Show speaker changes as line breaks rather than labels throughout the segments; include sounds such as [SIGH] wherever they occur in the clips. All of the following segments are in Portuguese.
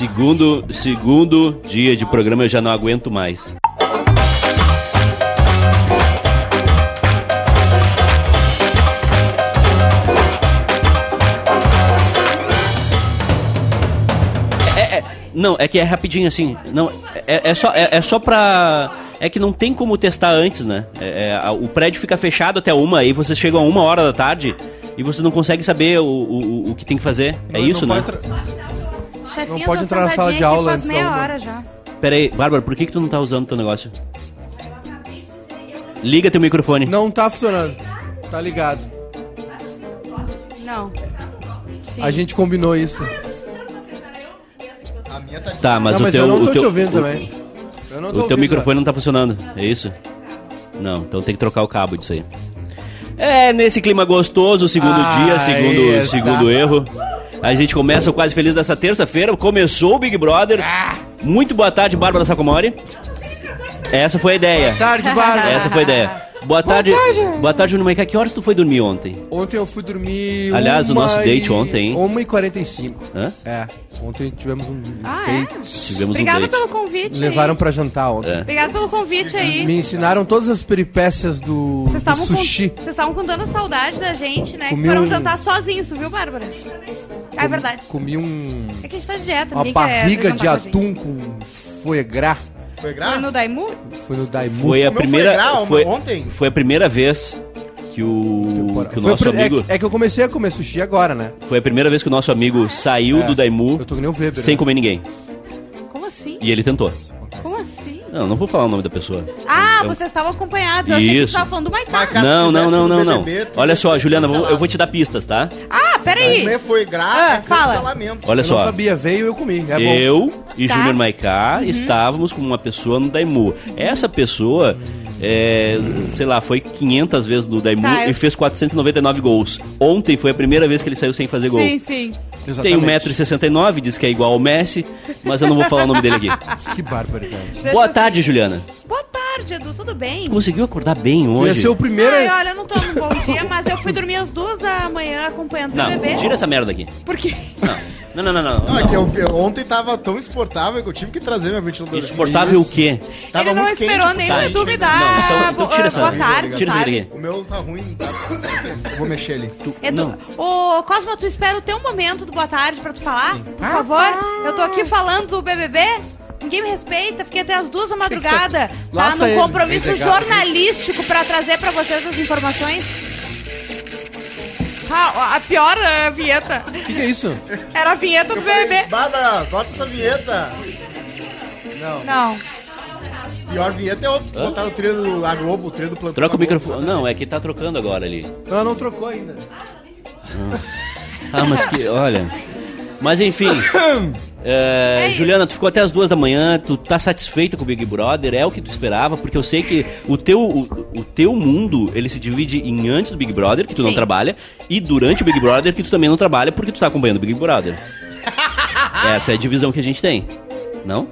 Segundo, segundo dia de programa eu já não aguento mais. É, é, não, é que é rapidinho assim. Não, é, é só, é, é só pra. É que não tem como testar antes, né? É, é, a- o prédio fica fechado até uma, aí vocês chegam a uma hora da tarde e você não consegue saber o, o, o que tem que fazer. é
Não,
isso,
não
né?
pode tra-
Chefinha,
Não pode
eu tô
entrar na sala de
sentadinha aqui
aula
faz
antes né? da
meia
uma.
hora já.
Pera aí, Bárbara, por que, que tu não tá usando teu negócio? Liga teu microfone.
Não tá funcionando. Tá ligado.
Não.
A gente combinou isso.
A minha tá
Tá, mas
não,
o
mas
teu,
eu não
o
tô
teu,
te ouvindo
o-
também. Eu não
O
tô
teu
ouvindo,
microfone não tá funcionando, é isso? Não, então tem que trocar o cabo disso aí. É, nesse clima gostoso, segundo
Ah,
dia, segundo,
está.
segundo erro. A gente começa o quase feliz dessa terça-feira. Começou o Big Brother.
Ah.
Muito boa tarde, Bárbara Sacomori. Essa foi a ideia.
Tarde,
[LAUGHS]
Bárbara.
Essa foi a idea. Boa tarde. Boa tarde, Bruno Maica. Que horas tu foi dormir ontem?
Ontem eu fui dormir.
Aliás, o
uma
nosso date
e-
ontem, hein?
1h45.
Hã?
É. Ontem tivemos um
Ah,
date.
é?
Tivemos um
Obrigada
date.
pelo convite
Levaram
aí.
pra jantar ontem.
É.
Obrigada pelo convite aí.
Me ensinaram todas as peripécias do,
Vocês
do
estavam com-
sushi.
vocês estavam contando saudade da gente, né?
Comi
que foram
um-
jantar sozinhos, tu viu, Bárbara? É verdade.
Comi um.
É que a gente tá de dieta,
Uma
ninguém quer
barriga de
jantar sozinho.
atum com foie gras.
Foi grave?
Foi no Daimu?
Foi no Daimu.
Foi a
Não foi
primeira.
grau,
foi,
ontem?
foi a primeira vez que o,
Temporada.
que o
Foi
nosso
pro- é-
amigo.
É, que eu comecei a comer sushi agora, né?
Foi a primeira vez que o nosso amigo saiu
É.
do Daimu
Eu tô que nem o Weber.
sem
né?
comer ninguém.
Como assim?
E ele tentou.
Como assim?
Não, não vou falar o nome da pessoa.
Ah, vocês estavam acompanhados. Eu achei que
Isso.
tu tava falando do Maiká.
Cara, se
não, não,
né? tivesse um
não, não,
no
não.
BBB, tu
Olha
ia
só,
ser
Juliana, vou-
cancelado.
eu vou te dar pistas, tá?
Ah, peraí.
Comer foi
Ah,
grave, é
fala.
cancelamento.
Olha
eu
só.
não sabia, veio eu comi. É bom.
eu e
Tá.
Júnior Maiká estávamos com uma pessoa no Daimu. Essa pessoa, é, sei lá, foi 500 vezes no Daimu
Tá, eu-
e fez 499 gols. Ontem foi a primeira vez que ele saiu sem fazer gol.
Sim, sim.
Tem
Exatamente.
1,69m, diz que é igual ao Messi, mas eu não vou falar o nome dele aqui.
Que barbaridade.
Deixa
Boa
eu-
tarde, Juliana.
Boa tarde, Edu. Tudo bem?
é
Conseguiu acordar bem
Ia
hoje?
ser o primeiro.
Ai, olha, eu não tô num bom dia, mas eu fui dormir às duas da manhã acompanhando o bebê.
Não, tira essa merda aqui.
Porque
Não, não, não, não.
Não,
Ah,
não.
é que eu- eu- ontem tava tão insuportável que eu tive que trazer meu ventilador.
Insuportável o
Isso.
quê?
Tava
ele não
muito quente,
esperou
tipo,
nem
tá,
o Edu me
gente,
dar
não, então- então
bo-
tira essa-
boa tarde,
tira essa
sabe?
dele
O meu tá ruim. tá? Eu vou mexer ali.
Edu,
Não.
ô Cosma, tu espera o teu momento do boa tarde pra tu falar? Por favor, eu tô aqui falando do BBB. Ninguém me respeita, porque até as duas da madrugada tá
Laça
num
ele.
compromisso
Ele é gato.
jornalístico pra trazer pra vocês as informações. Ah, a pior eh, vinheta.
O que, que é isso?
Era a vinheta do
Eu falei,
BBB.
Bada, bota essa vinheta.
Não.
Pior vinheta é outros que botaram o trilho do La Globo, o trilho do plantão.
Troca
da
o
Globo,
microfone. Não, é que tá trocando agora ali.
Ela não trocou ainda.
Ah, mas que. Olha. Mas enfim. É,
É isso.
Juliana, tu ficou até as duas da manhã, tu tá satisfeita com o Big Brother, é o que tu esperava, porque eu sei que o teu, o, o teu mundo, ele se divide em antes do Big Brother, que tu não
Sim.
trabalha, e durante o Big Brother, que tu também não trabalha, porque tu tá acompanhando o Big
[LAUGHS]
Brother. Essa é a divisão que a gente tem. Não?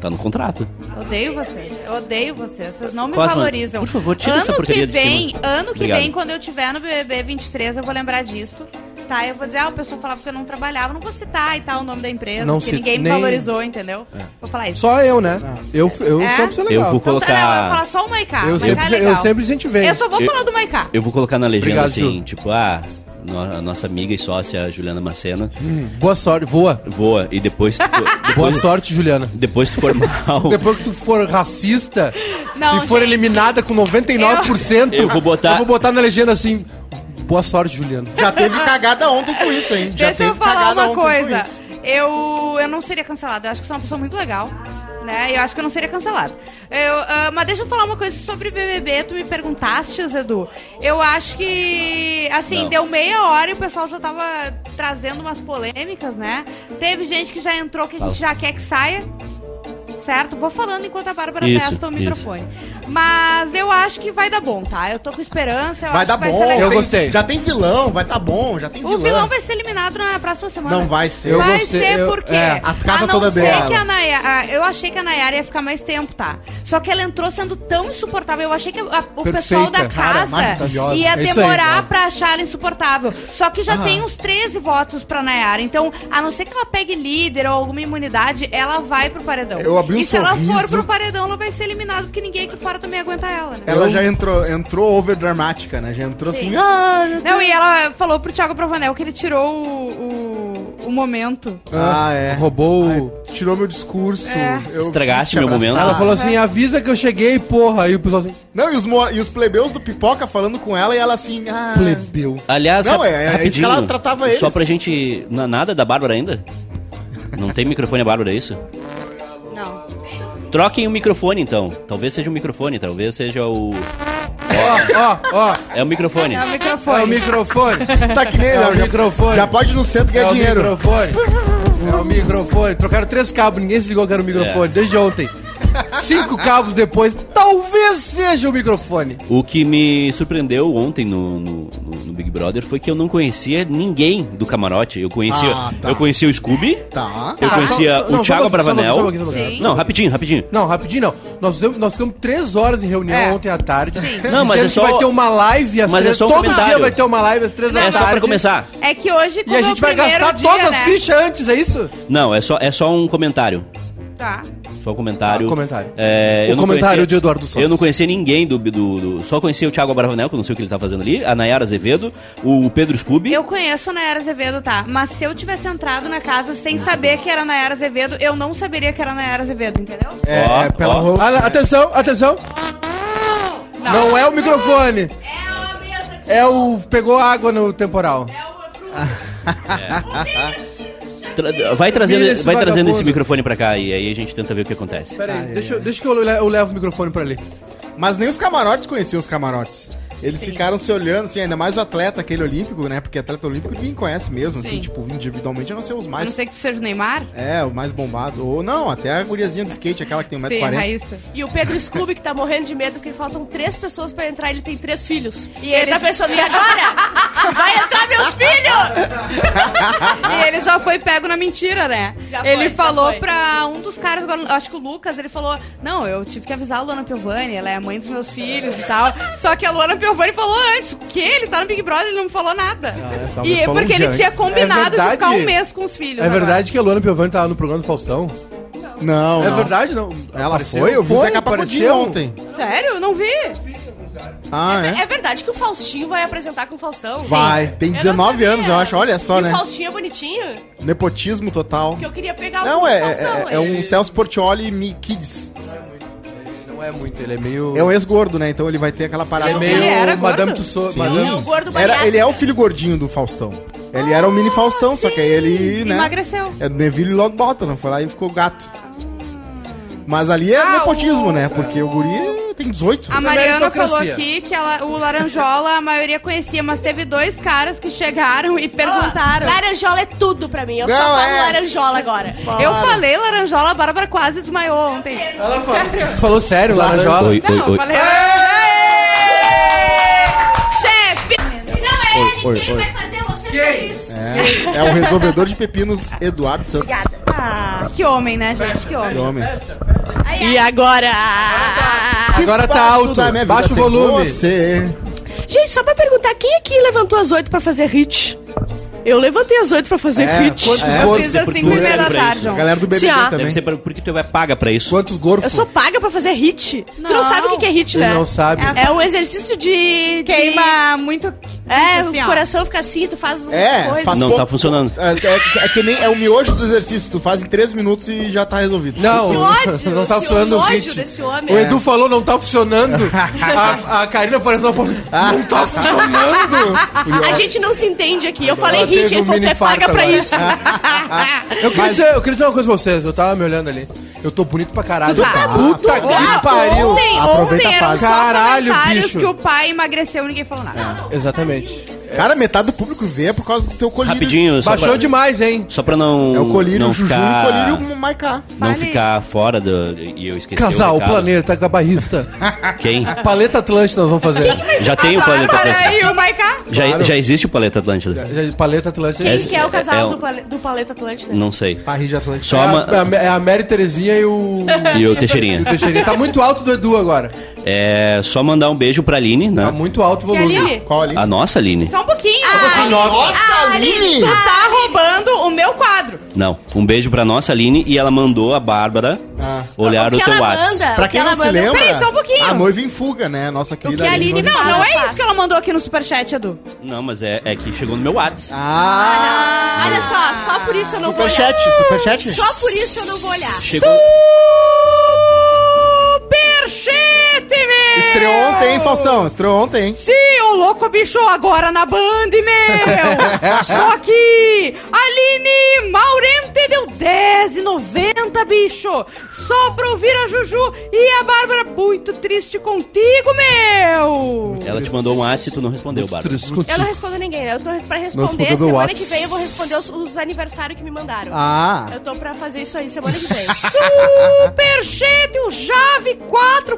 Tá no contrato.
Odeio vocês, eu odeio vocês, vocês não me
Cosma,
valorizam.
por favor, tira
ano
essa porcaria de
que vem,
cima.
Ano que
Obrigado.
vem, quando eu tiver no BBB 23, eu vou lembrar disso, tá? Eu vou dizer, ah, o pessoal falava que eu não trabalhava, não vou citar e tal o nome da empresa,
Não
porque
cito,
ninguém me
nem- É.
valorizou, entendeu? Vou falar isso.
Só eu, né? Eu, eu
É?
sou a pessoa
Eu
legal.
vou
Então,
colocar-
não, eu vou falar só o Maiká,
Eu
o Maiká é
sempre,
legal.
eu sempre incentivei.
Eu só vou
Eu-
falar do Maiká.
Eu vou colocar na legenda
Obrigado,
assim,
Ju.
tipo, ah, no- a nossa amiga e sócia Juliana Macena
Hum, Boa sorte, voa.
voa e depois tu for,
[LAUGHS] Boa
depois,
sorte, Juliana.
depois tu for mal.
Depois que tu for racista
Não,
e for
gente.
eliminada com 99%,
Eu- eu vou botar-
eu vou botar na legenda assim: Boa sorte, Juliana.
Já teve cagada ontem com isso, hein? Já
Ah. Deixa
teve
eu falar
cagada
uma
ontem com
coisa.
isso.
Eu, eu não seria cancelada. Eu acho que sou uma pessoa muito legal. Né? Eu acho que eu não seria cancelada. Eu, ah, mas deixa eu falar uma coisa sobre BBB. Tu me perguntaste, Edu. Eu acho que, assim,
Não.
deu meia hora e o pessoal já tava trazendo umas polêmicas, né? Teve gente que já entrou que a gente já quer que saia. Certo? Vou falando enquanto a Bárbara
Isso,
testa o
isso.
microfone. Mas eu acho que vai dar bom, tá? Eu tô com esperança. Eu
Vai
acho
dar
que vai
bom.
ser legal.
Eu
tem-
gostei.
Já tem vilão, vai tá bom, já tem
O
vilão.
vilão vai ser eliminado na próxima semana.
Não vai ser.
Eu
vai
gostei,
ser
eu-
porque.
é,
a casa
não
toda
ser
dela.
que a Nayara. Eu achei que a Nayara ia ficar mais tempo, tá? Só que ela entrou sendo tão insuportável. Eu achei que a- o
Perfeita,
pessoal da
cara,
casa
maravilhosa. É
ia
isso aí,
demorar
nossa.
pra achar ela insuportável. Só que já
Ah.
tem uns 13 votos pra Nayara. Então, a não ser que ela pegue líder ou alguma imunidade, ela vai pro paredão.
Eu abri um
e se ela for
sorriso.
pro paredão, ela vai ser eliminada, porque ninguém aqui fora também aguenta ela, né?
Ela já entrou, entrou over dramática, né? Já entrou
Sim.
assim, ah, meu
Não, e ela falou pro Thiago Provanel que ele tirou o, o, o momento.
Ah, é.
Roubou. o-
Ai, tu tirou meu discurso.
É. Ah,
eu
Estragaste
quis te
meu
abraçar.
momento.
Ela falou assim: avisa que eu cheguei, porra. Aí o pessoal assim,
Não, e os, mo- e os plebeus do Pipoca falando com ela e ela assim, ah...
[LAUGHS]
plebeu.
Aliás,
Não,
rap-
é- é isso que
rapidinho,
ela tratava
Só
eles.
pra gente. na- Nada da Bárbara ainda? Não tem microfone a Bárbara, é isso?
Não.
Troquem o microfone então. Talvez seja o microfone, talvez seja o.
Ó, ó,
É o microfone.
É o
ó. É o
microfone.
microfone.
Tá que nem
É
ela,
o
já-
microfone.
Já pode ir no centro
É
ganhar
o
dinheiro.
microfone. É o microfone. Trocaram três cabos, ninguém se ligou que era o
É.
microfone, desde ontem. Cinco cabos depois, talvez seja o microfone.
O que me surpreendeu ontem no, no- no- no Big Brother foi que eu não conhecia ninguém do camarote. Eu conhecia,
Ah, tá.
eu conhecia o Scooby,
Tá.
eu conhecia
Só- só-
o Thiago
não, só um pouquinho, só um pouquinho, só um
Bravanel.
pouquinho, só um pouquinho.
Sim.
Não, rapidinho, rapidinho.
Não, rapidinho não. Nós fizemos, nós ficamos três horas em reunião
É.
ontem à tarde.
Sim.
Não, mas
Dizendo
é só-
que vai ter uma live às
mas é
três.
só um
Todo dia
comentário.
vai ter uma live às três da
É
tarde.
só pra começar.
É que hoje,
E
como
a
é o
gente vai
primeiro
gastar
dia,
todas
né?
as fichas antes, é isso?
Não, é só, é só um comentário.
Tá.
Só um comentário.
Ah, comentário.
É,
O
eu não
comentário
conhecia-
de Eduardo Santos.
Eu não conhecia ninguém do. do- do- só conhecia o Thiago Bravanel, que eu não sei o que ele tá fazendo ali, a Nayara Azevedo, o Pedro Scooby.
Eu conheço a Nayara Azevedo, tá? Mas se eu tivesse entrado na casa sem saber que era Nayara Azevedo, eu não saberia que era Nayara Azevedo, entendeu?
É,
Ó,
é, pela
ó.
roupa.
Ah, atenção, atenção. Não. é o microfone.
É a mesa de é
É Ah. o. Pegou água no temporal.
Tra- vai trazendo,
Mira esse
vai trazendo
vagabundo.
esse microfone pra cá e aí a gente tenta ver o que acontece.
Pera aí, deixa, eu- deixa que eu, le- eu levo o microfone pra ali.
Mas nem os camarotes conheciam os camarotes. Eles ficaram se olhando, assim, ainda mais o atleta, aquele olímpico, né? Porque atleta olímpico ninguém conhece mesmo,
Sim.
assim, tipo, individualmente, a não ser os
A
mais.
não ser que seja o Neymar.
É, o mais bombado. Ou não, até a guriazinha do skate, aquela que tem
Sim, é
1,40m.
Raíssa.
E o Pedro Scooby, que tá morrendo de medo, porque faltam três pessoas pra entrar, ele tem três filhos. E ele
ele
tá
já-
pensando, e agora? Vai entrar meus filhos!
[LAUGHS] E ele já foi pego na mentira, né?
Já foi,
ele
já
falou
foi.
pra um dos caras, agora, eu acho que o Lucas, ele falou: Não, eu tive que avisar a Luana Piovani, ela é a mãe dos meus filhos e
[LAUGHS]
tal. Só que a Luana Piovani falou antes, o quê? Ele tá no Big Brother, ele não me falou nada.
talvez
e
falou um
porque ele
dia antes.
tinha combinado
É verdade.
de ficar um mês com os filhos.
É
agora.
verdade que a Luana Piovani tava no programa do Faustão?
Não,
É
não.
verdade, não?
Ela
Apareceu?
foi? Eu vi um
foi,
Zeca Pagodinho
apareceu
ontem.
Sério? Não vi.
Ah, é?
É verdade que o Faustinho vai apresentar com o Faustão?
Vai, tem
Eu não
19
sabia.
anos, eu acho. Olha só,
e
né?
O Faustinho é bonitinho?
Nepotismo total.
Que eu queria pegar
Não,
o
é,
Faustão.
é, é
ele-
um Celso Portioli Mi Kids.
Não é muito, ele é meio.
É um ex-gordo, né? Então ele vai ter aquela parada.
é meio
Ele era
Madame
gordo?
Tussauds.
Sim.
É o
Madame...
gordo
Era,
bariátrico.
ele é o filho gordinho do Faustão. Ele era o mini Faustão, só que aí ele, né?
Emagreceu.
É do Neville Lord Bottom, foi lá e ficou gato. Mas ali é
Ah,
nepotismo,
o-
né? Porque o guri tem 18.
A Mariana
é meritocracia.
falou aqui que ela- o Laranjola a maioria conhecia, mas teve dois caras que chegaram e perguntaram.
Ó, laranjola é tudo pra mim. Eu só
Não,
falo
é.
laranjola agora.
Eu falei Laranjola, a Bárbara quase desmaiou ontem.
Ela falou. Tu falou sério, Laranjola?
Oi, oi,
Não, eu
oi.
falei. Aê! Chefe!
Se não é ele,
Oi,
quem
oi.
vai fazer você
Quem?
feliz?
É, é o resolvedor de pepinos Eduardo Santos.
Ah, que homem, né, gente? Que
Que
homem.
homem.
É,
E agora?
Agora
Que
tá
faço
alto. tá
da minha vida
Baixa o
sem
volume.
Você.
Gente, só pra perguntar, quem aqui levantou às oito pra fazer hit? Eu levantei às oito pra fazer
É,
hit.
quantos
É,
Eu
gordos?
fiz às
porque
5 e
tu
meia
olhou
da
pra
tarde,
isso.
João.
Galera do BBB
Tiá.
também.
Deve ser pra- porque tu vai paga pra isso.
Quantos gorfos?
Eu sou paga pra fazer hit. Tu não
Não.
sabe o que que é hit,
Ele
né?
não sabe.
É.
É um exercício de... de-
Queima muito.
É,
assim,
o
ó.
coração fica assim, tu faz umas
É,
coisas.
faz-
Não
Pô-
tá funcionando.
É, é- é que nem é o miojo do exercício. Tu faz em 3 minutos e já tá resolvido.
Não,
Que ódio,
[LAUGHS] não tá
que
funcionando o
ódio
hit.
desse homem.
O Edu falou não tá [LAUGHS] funcionando. a, a Karina apareceu na porta. Não tá funcionando.
A gente não se entende aqui. Eu falei
Ela
hit,
teve
ele
um
falou, tu é
mini
paga
infarto
pra
agora.
isso.
Eu queria, dizer, eu queria dizer uma coisa pra vocês. Eu tava me olhando ali. Eu tô bonito pra caralho.
Tu tá.
Puta
Ó,
que pariu.
Ontem, ontem
Aproveita a
eram
fase.
só
Caralho,
comentários
bicho.
que o pai emagreceu e ninguém falou nada.
Exatamente.
Cara, metade do público vê é por causa do teu colírio.
Rapidinho, só
Baixou
pra,
demais, hein?
só pra não.
É o colírio,
não
o Juju
ficar,
e o colírio Maiká.
Não
Fale.
ficar fora do. E eu esqueci.
Casal,
é o recado.
planeta,
[LAUGHS]
gabarrista.
Quem?
Paleta Atlântida nós vamos
[LAUGHS]
fazer.
Já tem o
Bárbara
planeta Atlântico.
e o Maiká.
Já, já existe o planeta Atlântico.
Já- Paleta Atlântida.
Quem
Esse-
que é o
é
casal
um-
do, pale- do Paleta Atlântida?
Não sei.
Parrija Atlântico.
Só
É a-
uma-
é a, é a Mary Terezinha e o.
E o
e o
Teixeirinha.
Teixeirinha. Tá muito alto do Edu agora.
É só mandar um beijo pra Aline, né?
Tá muito alto o
E a
volume.
Aline?
Qual ali?
A nossa Aline.
Só um pouquinho.
Ah,
Assim, nossa.
Nossa, Aline!
Tu tá roubando o meu quadro.
Não. Um beijo pra nossa Aline e ela mandou a Bárbara
Ah.
olhar
O
o
que
teu
ela
WhatsApp.
manda?
Pra
O que
quem
ela
não se
manda-
lembra,
Peraí, só um pouquinho.
a noiva em fuga, né? Nossa querida
que a Aline
Noiva em
Não,
Fuga.
não
Ah,
é isso
fácil.
que ela mandou aqui no superchat, Edu.
Não, mas é, é que chegou no meu WhatsApp.
Ah,
Olha só, só por isso eu não vou
superchat, superchat.
olhar. Só por isso eu não vou olhar.
Chegou.
Superchat, meu!
Estreou ontem, hein, Faustão? Estreou ontem, hein?
Sim, o louco bicho agora na Band,
[LAUGHS]
meu! Só que Aline Maurente deu 10,90, bicho! Só pra ouvir a Juju e a Bárbara muito triste contigo, meu!
Ela te mandou um WhatsApp e tu não respondeu, Bárbara.
Eu não respondo ninguém, né? Eu tô pra responder,
respondeu meu
semana
Whats.
que vem eu vou responder os, os aniversários que me mandaram.
Ah,
Eu tô pra fazer isso aí semana que vem.
Superchat, o Jave 4.0,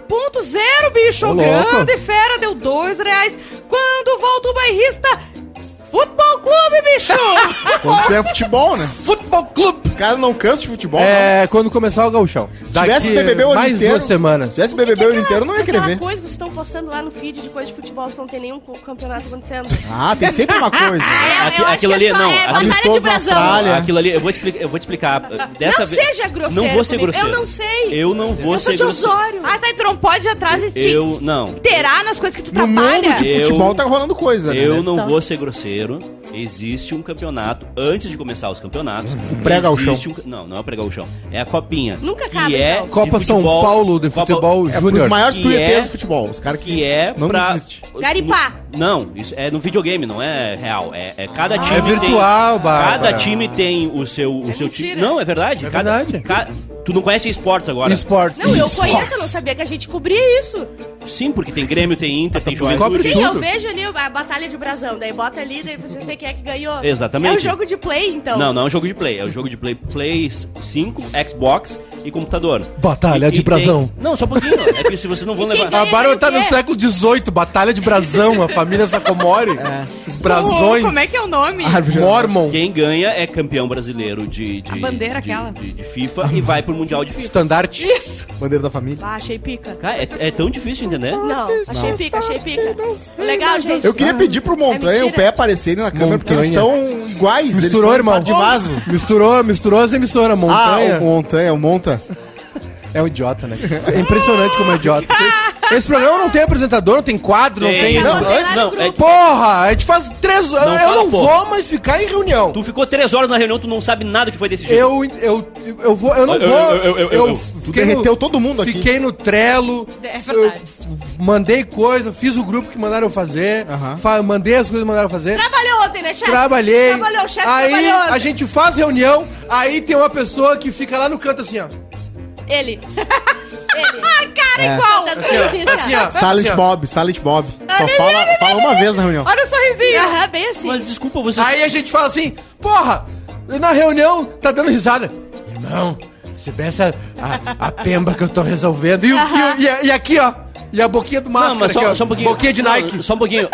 bicho!
Ô, louco.
grande fera, deu dois reais. Quando volta o bairrista, Futebol Clube, bicho!
quando tiver futebol, né?
Futebol Clube!
O cara não cansa de futebol, não.
É, quando começar o Gauchão.
Se tivesse
Daqui
BBB o ano
mais
inteiro...
duas
Se
semanas.
tivesse BBB [LAUGHS] o ano
Aquela-
inteiro, não ia querer
aquela
ver.
coisa que vocês estão postando lá no feed de coisa de futebol, se não tem nenhum co- campeonato acontecendo. [LAUGHS]
Ah, tem sempre uma coisa.
Ah,
Aqui- aquilo ali não,
É
aquilo-
batalha de
Amistoso na
brasão.
Austrália. Olha.
Aquilo ali, eu vou te explicar. Eu vou te explicar. Dessa
Não
vez-
seja grosseiro
Não vou ser
comigo. Eu
grosseiro.
não sei.
Eu não vou
Eu sou
ser
de
grosseiro.
Osório.
ah, tá, então não pode ir atrás e te
Eu não.
inteirar nas coisas que tu
No mundo
trabalha.
de
Eu-
futebol tá rolando coisa, né?
Eu não
Tá.
vou ser grosseiro. Existe um campeonato, antes de começar os campeonatos. O
pré-gauchão.
Não, não é o pré-gauchão. É a copinha.
Nunca
que
cabe,
é
então.
de
Copa São
futebol-
Paulo de
Copa-
futebol
É
júnior.
pros maiores
Que
punheteiros
é-
do futebol. Os caras que,
Que é
não
pra.
existe.
Garimpar.
Não, isso é no videogame, não é real. É, é cada time.
é virtual,
tem,
Bárbara.
Cada time tem o seu, o seu time.
mentira.
Não, é verdade.
É
cada-
verdade.
ca- tu não conhece esportes agora?
Esporte.
Não, eu
Esporte.
conheço, eu não sabia que a gente cobria isso.
Sim, porque tem Grêmio, tem Inter,
[LAUGHS]
tem Juventude.
Cobre
Sim,
tudo.
eu vejo ali a batalha de brasão. Daí bota ali, daí vocês vê quem é que ganhou.
Exatamente.
É um jogo de play, então.
Não, não é um jogo de play. É um jogo de play, play 5, Xbox e computador.
Batalha
E-
de
e
brasão.
tem- Não, só um pouquinho. É que se vocês não vão
E quem
levar.
vai-
A Bárbara tá
É.
no século XVIII, Batalha de Brasão, a família Sacomori,
É.
os brasões,
Como é que é o nome?
Mormon,
Quem ganha é campeão brasileiro de. de
A bandeira
de-
aquela.
De, de FIFA e vai pro Mundial de FIFA.
estandarte.
Isso!
Bandeira da família.
Ah, achei pica.
Cara, é, é tão difícil entender.
Não, achei pica, achei pica. Legal, gente.
Eu
Ah,
queria pedir
é
pro Montanha
mentira.
e o Pé aparecerem na câmera, porque eles
Montanha.
estão iguais.
Misturou,
eles tão
irmão.
em par de vaso.
Misturou, misturou as emissoras, montanha.
Ah, o Montanha, o Monta.
É um idiota, né? É impressionante como é idiota. Esse programa não tem apresentador, não tem quadro, não tem...
Não,
Não,
tem
antes-
lá
não,
no
é
grupo.
que
Porra, a gente faz três horas,
Não
eu
fala
não
pouco.
vou mais ficar em reunião.
Tu ficou três horas na reunião, tu não sabe nada que foi desse jeito.
Eu, eu, eu vou, eu não
Eu-
vou.
eu- eu- eu- eu- eu.
Tu
fiquei no-
derreteu todo mundo aqui.
Fiquei no Trello.
É verdade.
eu mandei coisa, fiz o grupo que mandaram eu fazer.
Aham.
fa- mandei as coisas que mandaram eu fazer.
Trabalhou ontem, né, chefe?
Trabalhei.
Trabalhou, o chefe
Aí
trabalhou ontem.
a gente faz reunião, aí tem uma pessoa que fica lá no canto assim, ó. [LAUGHS]
Ele. Ele.
Cara,
É.
igual!
Tá dando
Assim, ó.
sorrisinho assim, ó.
Silent
Assim, ó.
Bob, Silent Bob. Só fala, fala uma vez na reunião.
Olha o sorrisinho!
Aham, bem assim.
Mas desculpa, vocês.
Aí a gente fala assim, porra, na reunião tá dando risada. Irmão, se tivesse a, a, a pemba que eu tô resolvendo. E, o- e, o- e- e aqui, ó. E a boquinha do máscara
Não, mas
aqui,
só,
ó.
só um pouquinho.
Boquinha de
Não,
Nike.
Só um pouquinho.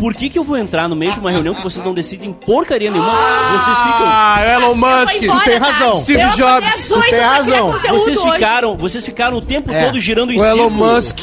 Por que, que eu vou entrar no meio de uma reunião que vocês não decidem porcaria nenhuma? Vocês ficam.
Ah, Elon Musk.
embora,
tem
tá?
razão.
Steve
Eu acordei
Jobs,
às
tu
oito
tem
pra criar
razão.
conteúdo
Vocês
hoje.
ficaram, vocês ficaram o tempo
É.
todo girando em
O Elon
círculo
Musk.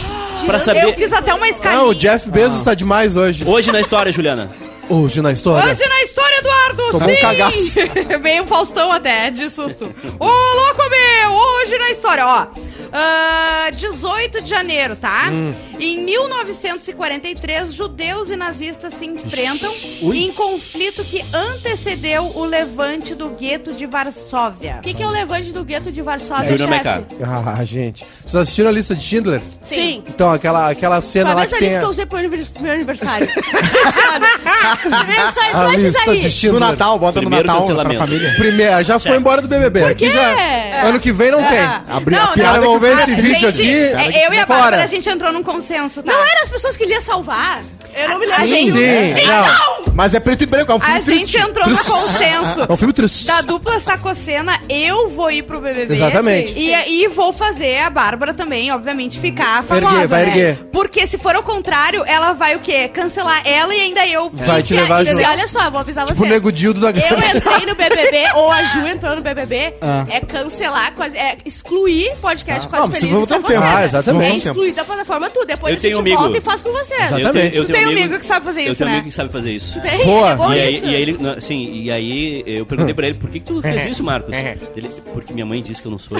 Pra
Eu
saber.
fiz até uma
Não, o
escalinha.
Jeff Bezos tá demais
Ah.
hoje.
Hoje na história, Juliana.
Hoje na história.
Hoje na história, Eduardo!
Tomou um cagaço.
[LAUGHS] Veio um Faustão até, de susto. Ô, louco meu! Hoje na história, ó. Ah, 18 de janeiro, tá?
Hum.
Em 1943, judeus e nazistas se enfrentam em conflito que antecedeu o levante do gueto de Varsóvia.
O que, que é o levante do gueto de Varsóvia,
Júnior
chefe?
Mercado.
Ah, gente. Vocês assistiram a lista de Schindler?
Sim.
Então, aquela, aquela
Foi
cena
a
lá que
mesma
tem
lista
a,
que eu usei pro anivers- meu aniversário. [LAUGHS] Sabe? Eu só
a
influences
lista
ali.
de
No
Schindler.
Natal, bota
Primeiro
no Natal pra
[LAUGHS]
cancelamento.
família.
Primeira, já foi embora do BBB.
Por quê? É.
Aqui já, Ano que vem não
Ah,
tem.
Abri- a piada
vão ver
ah,
esse vídeo
gente,
aqui,
é,
cara,
eu e a
fora. é
Bárbara, a gente entrou num consenso, tá?
Não eram as pessoas que ele ia salvar? Eu não me
Ah,
lembro.
sim,
nenhum.
sim.
Não. Mas é preto e branco, é um filme
A gente
triste.
entrou num consenso.
[LAUGHS] É um filme triste.
Tá
Da dupla sacocena, eu vou ir pro BBB.
Exatamente.
E,
é,
e vou fazer a Bárbara também, obviamente, ficar famosa.
Erguer, vai
né?
erguer.
Porque se for ao contrário, ela vai o quê? Cancelar ela e ainda eu.
Vai te
Se-
levar
se-
junto.
Olha só, eu vou avisar
Tipo o
vocês.
Nego Dildo da
Eu
Gávea.
entrei no BBB, ou a Ju entrou no BBB,
Ah.
é cancelar, quase- é excluir podcast com
Ah,
as
mas
felizes.
vamos ter um
só
tempo.
você, né?
Ah, exatamente.
É excluir da plataforma tudo. Depois
Eu
a
tenho
gente
um amigo.
volta e faz com vocês.
Exatamente.
Tu tem um amigo que sabe fazer
eu
isso,
tenho um
né?
amigo que sabe fazer isso.
Tem,
Boa.
é bom
E aí,
isso.
e aí ele, não, assim, e aí eu perguntei pra ele, por que,
[LAUGHS]
que tu
É.
fez isso, Marcos? Ele, porque minha mãe disse que eu não sou.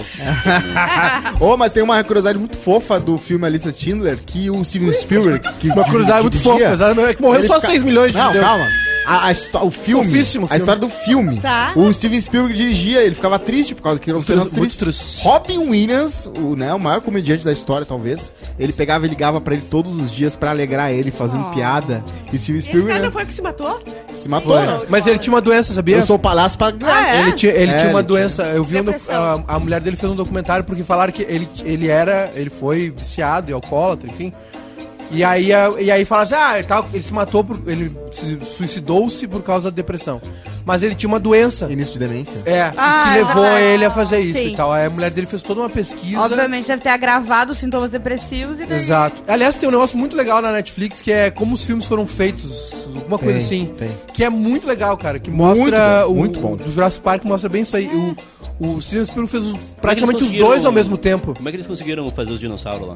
Ô, mas tem uma curiosidade muito fofa do filme A Lista de Schindler, que o Steven Spielberg... Que,
Uma curiosidade muito fofa, exatamente. É que morreu só 6 milhões de
Não,
judeus.
calma. A, a histó- o filme,
Fofíssimo
a
filme.
história do filme.
Tá.
O Steven Spielberg dirigia, ele ficava triste por causa que eram
Muito
é-
cenas
triste,
tristes.
muito triste.
Robin Williams, o, né, o maior comediante da história, talvez, ele pegava e ligava pra ele todos os dias pra alegrar ele, fazendo piada. E o Steven
E Ah. esse cara
Spielberg
não
né,
foi o que se matou?
se matou, né?
Mas ele tinha uma doença, sabia?
Eu sou o palhaço pra...
Ah, é?
Ele tinha, ele
É,
tinha uma
ele
doença. Eu vi um docu-
Depressão.
a, a mulher dele fez um documentário porque falaram que ele, ele era. Ele foi viciado e alcoólatra, enfim. E aí, a- e aí falaram assim: ah, ele, tava- ele se matou, por, ele se- suicidou-se por causa da depressão. Mas ele tinha uma doença.
Início de demência.
É,
Ah,
que
é
levou
verdade.
ele a fazer isso
Sim.
e tal. Aí a mulher dele fez toda uma pesquisa.
Obviamente deve ter agravado os sintomas depressivos e daí...
Exato. Aliás, tem um negócio muito legal na Netflix que é como os filmes foram feitos, alguma coisa
Tem,
assim.
tem.
Que é muito legal, cara. Que
Muito
mostra
bom,
o,
muito bom.
o do Jurassic Park mostra bem isso aí. O, o Steven Spielberg fez os-
Como é
praticamente
que
os
eles
dois
conseguiram-
ao mesmo tempo.
Como é que eles conseguiram fazer os dinossauros lá?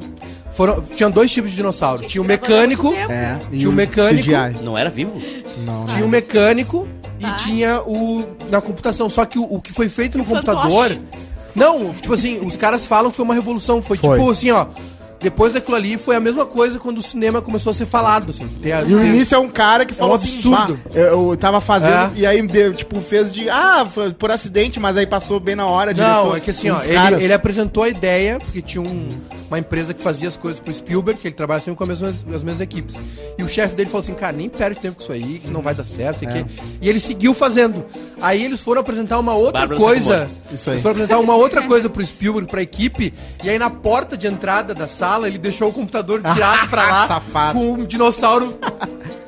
Foram, tinha dois tipos de dinossauro. Tinha o mecânico,
É. e
Tinha um mecânico.
CGI.
Não era vivo?
Não,
Ah,
tinha o mecânico e tinha o na computação. Só que o, o que foi feito no computador.
fantoche.
Não, tipo assim, os caras falam que foi uma revolução. Foi,
Foi.
tipo assim, ó. Depois daquilo ali foi a mesma coisa quando o cinema começou a ser falado. Assim, ter a-
E o início é um cara que falou
absurdo.
assim, "Bah, eu, eu tava fazendo,
É.
e aí, deu, tipo, fez de, ah, foi por acidente, mas aí passou bem na hora.
Não,
diretor,
é que assim,
um
ó,
dos caras.
ele, ele apresentou a ideia, porque tinha um- uma empresa que fazia as coisas pro Spielberg, que ele trabalha sempre com as mesmas, as mesmas equipes. E o chefe dele falou assim, cara, nem perde tempo com isso aí, que não vai dar certo,
É.
sei o quê. E ele seguiu fazendo. Aí eles foram apresentar uma outra
Bárbara
coisa.
Sacomori.
Isso aí.
Eles foram apresentar uma outra coisa pro Spielberg, pra equipe, e aí na porta de entrada da sala, ele deixou o computador virado
[LAUGHS]
pra lá,
Safado.
com um dinossauro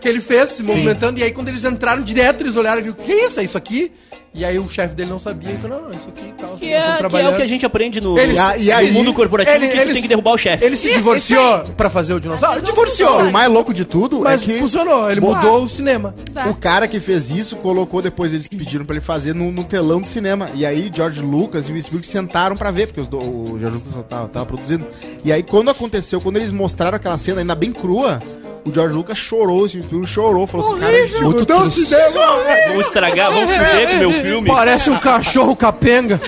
que ele fez, se movimentando, e aí quando eles entraram direto, eles olharam e viram, que isso, é isso aqui? E aí o chefe dele não sabia, e falou, não, não, isso aqui e tal,
Que
nós estamos
é, que é o que a gente aprende no,
Eles-
no
e aí-
mundo corporativo,
ele-
que tu
eles-
tem que derrubar o chefe.
Ele se divorciou pra fazer o dinossauro?
Pô,
Divorciou!
o mais louco de tudo
Mas
é que
funcionou, ele
Boa.
mudou o cinema.
o cara que fez isso colocou depois, eles pediram pra ele fazer no, no telão do cinema. E aí George Lucas e o Spielberg sentaram pra ver, porque os do- o George Lucas tava, tava produzindo. E aí quando aconteceu, quando eles mostraram aquela cena ainda bem crua, o George Lucas chorou, o Spielberg chorou, falou assim, cara, eu
Muito
não
triste.
te devo.
é-
Vão estragar, vão fuder com o meu filme.
Parece um cachorro capenga.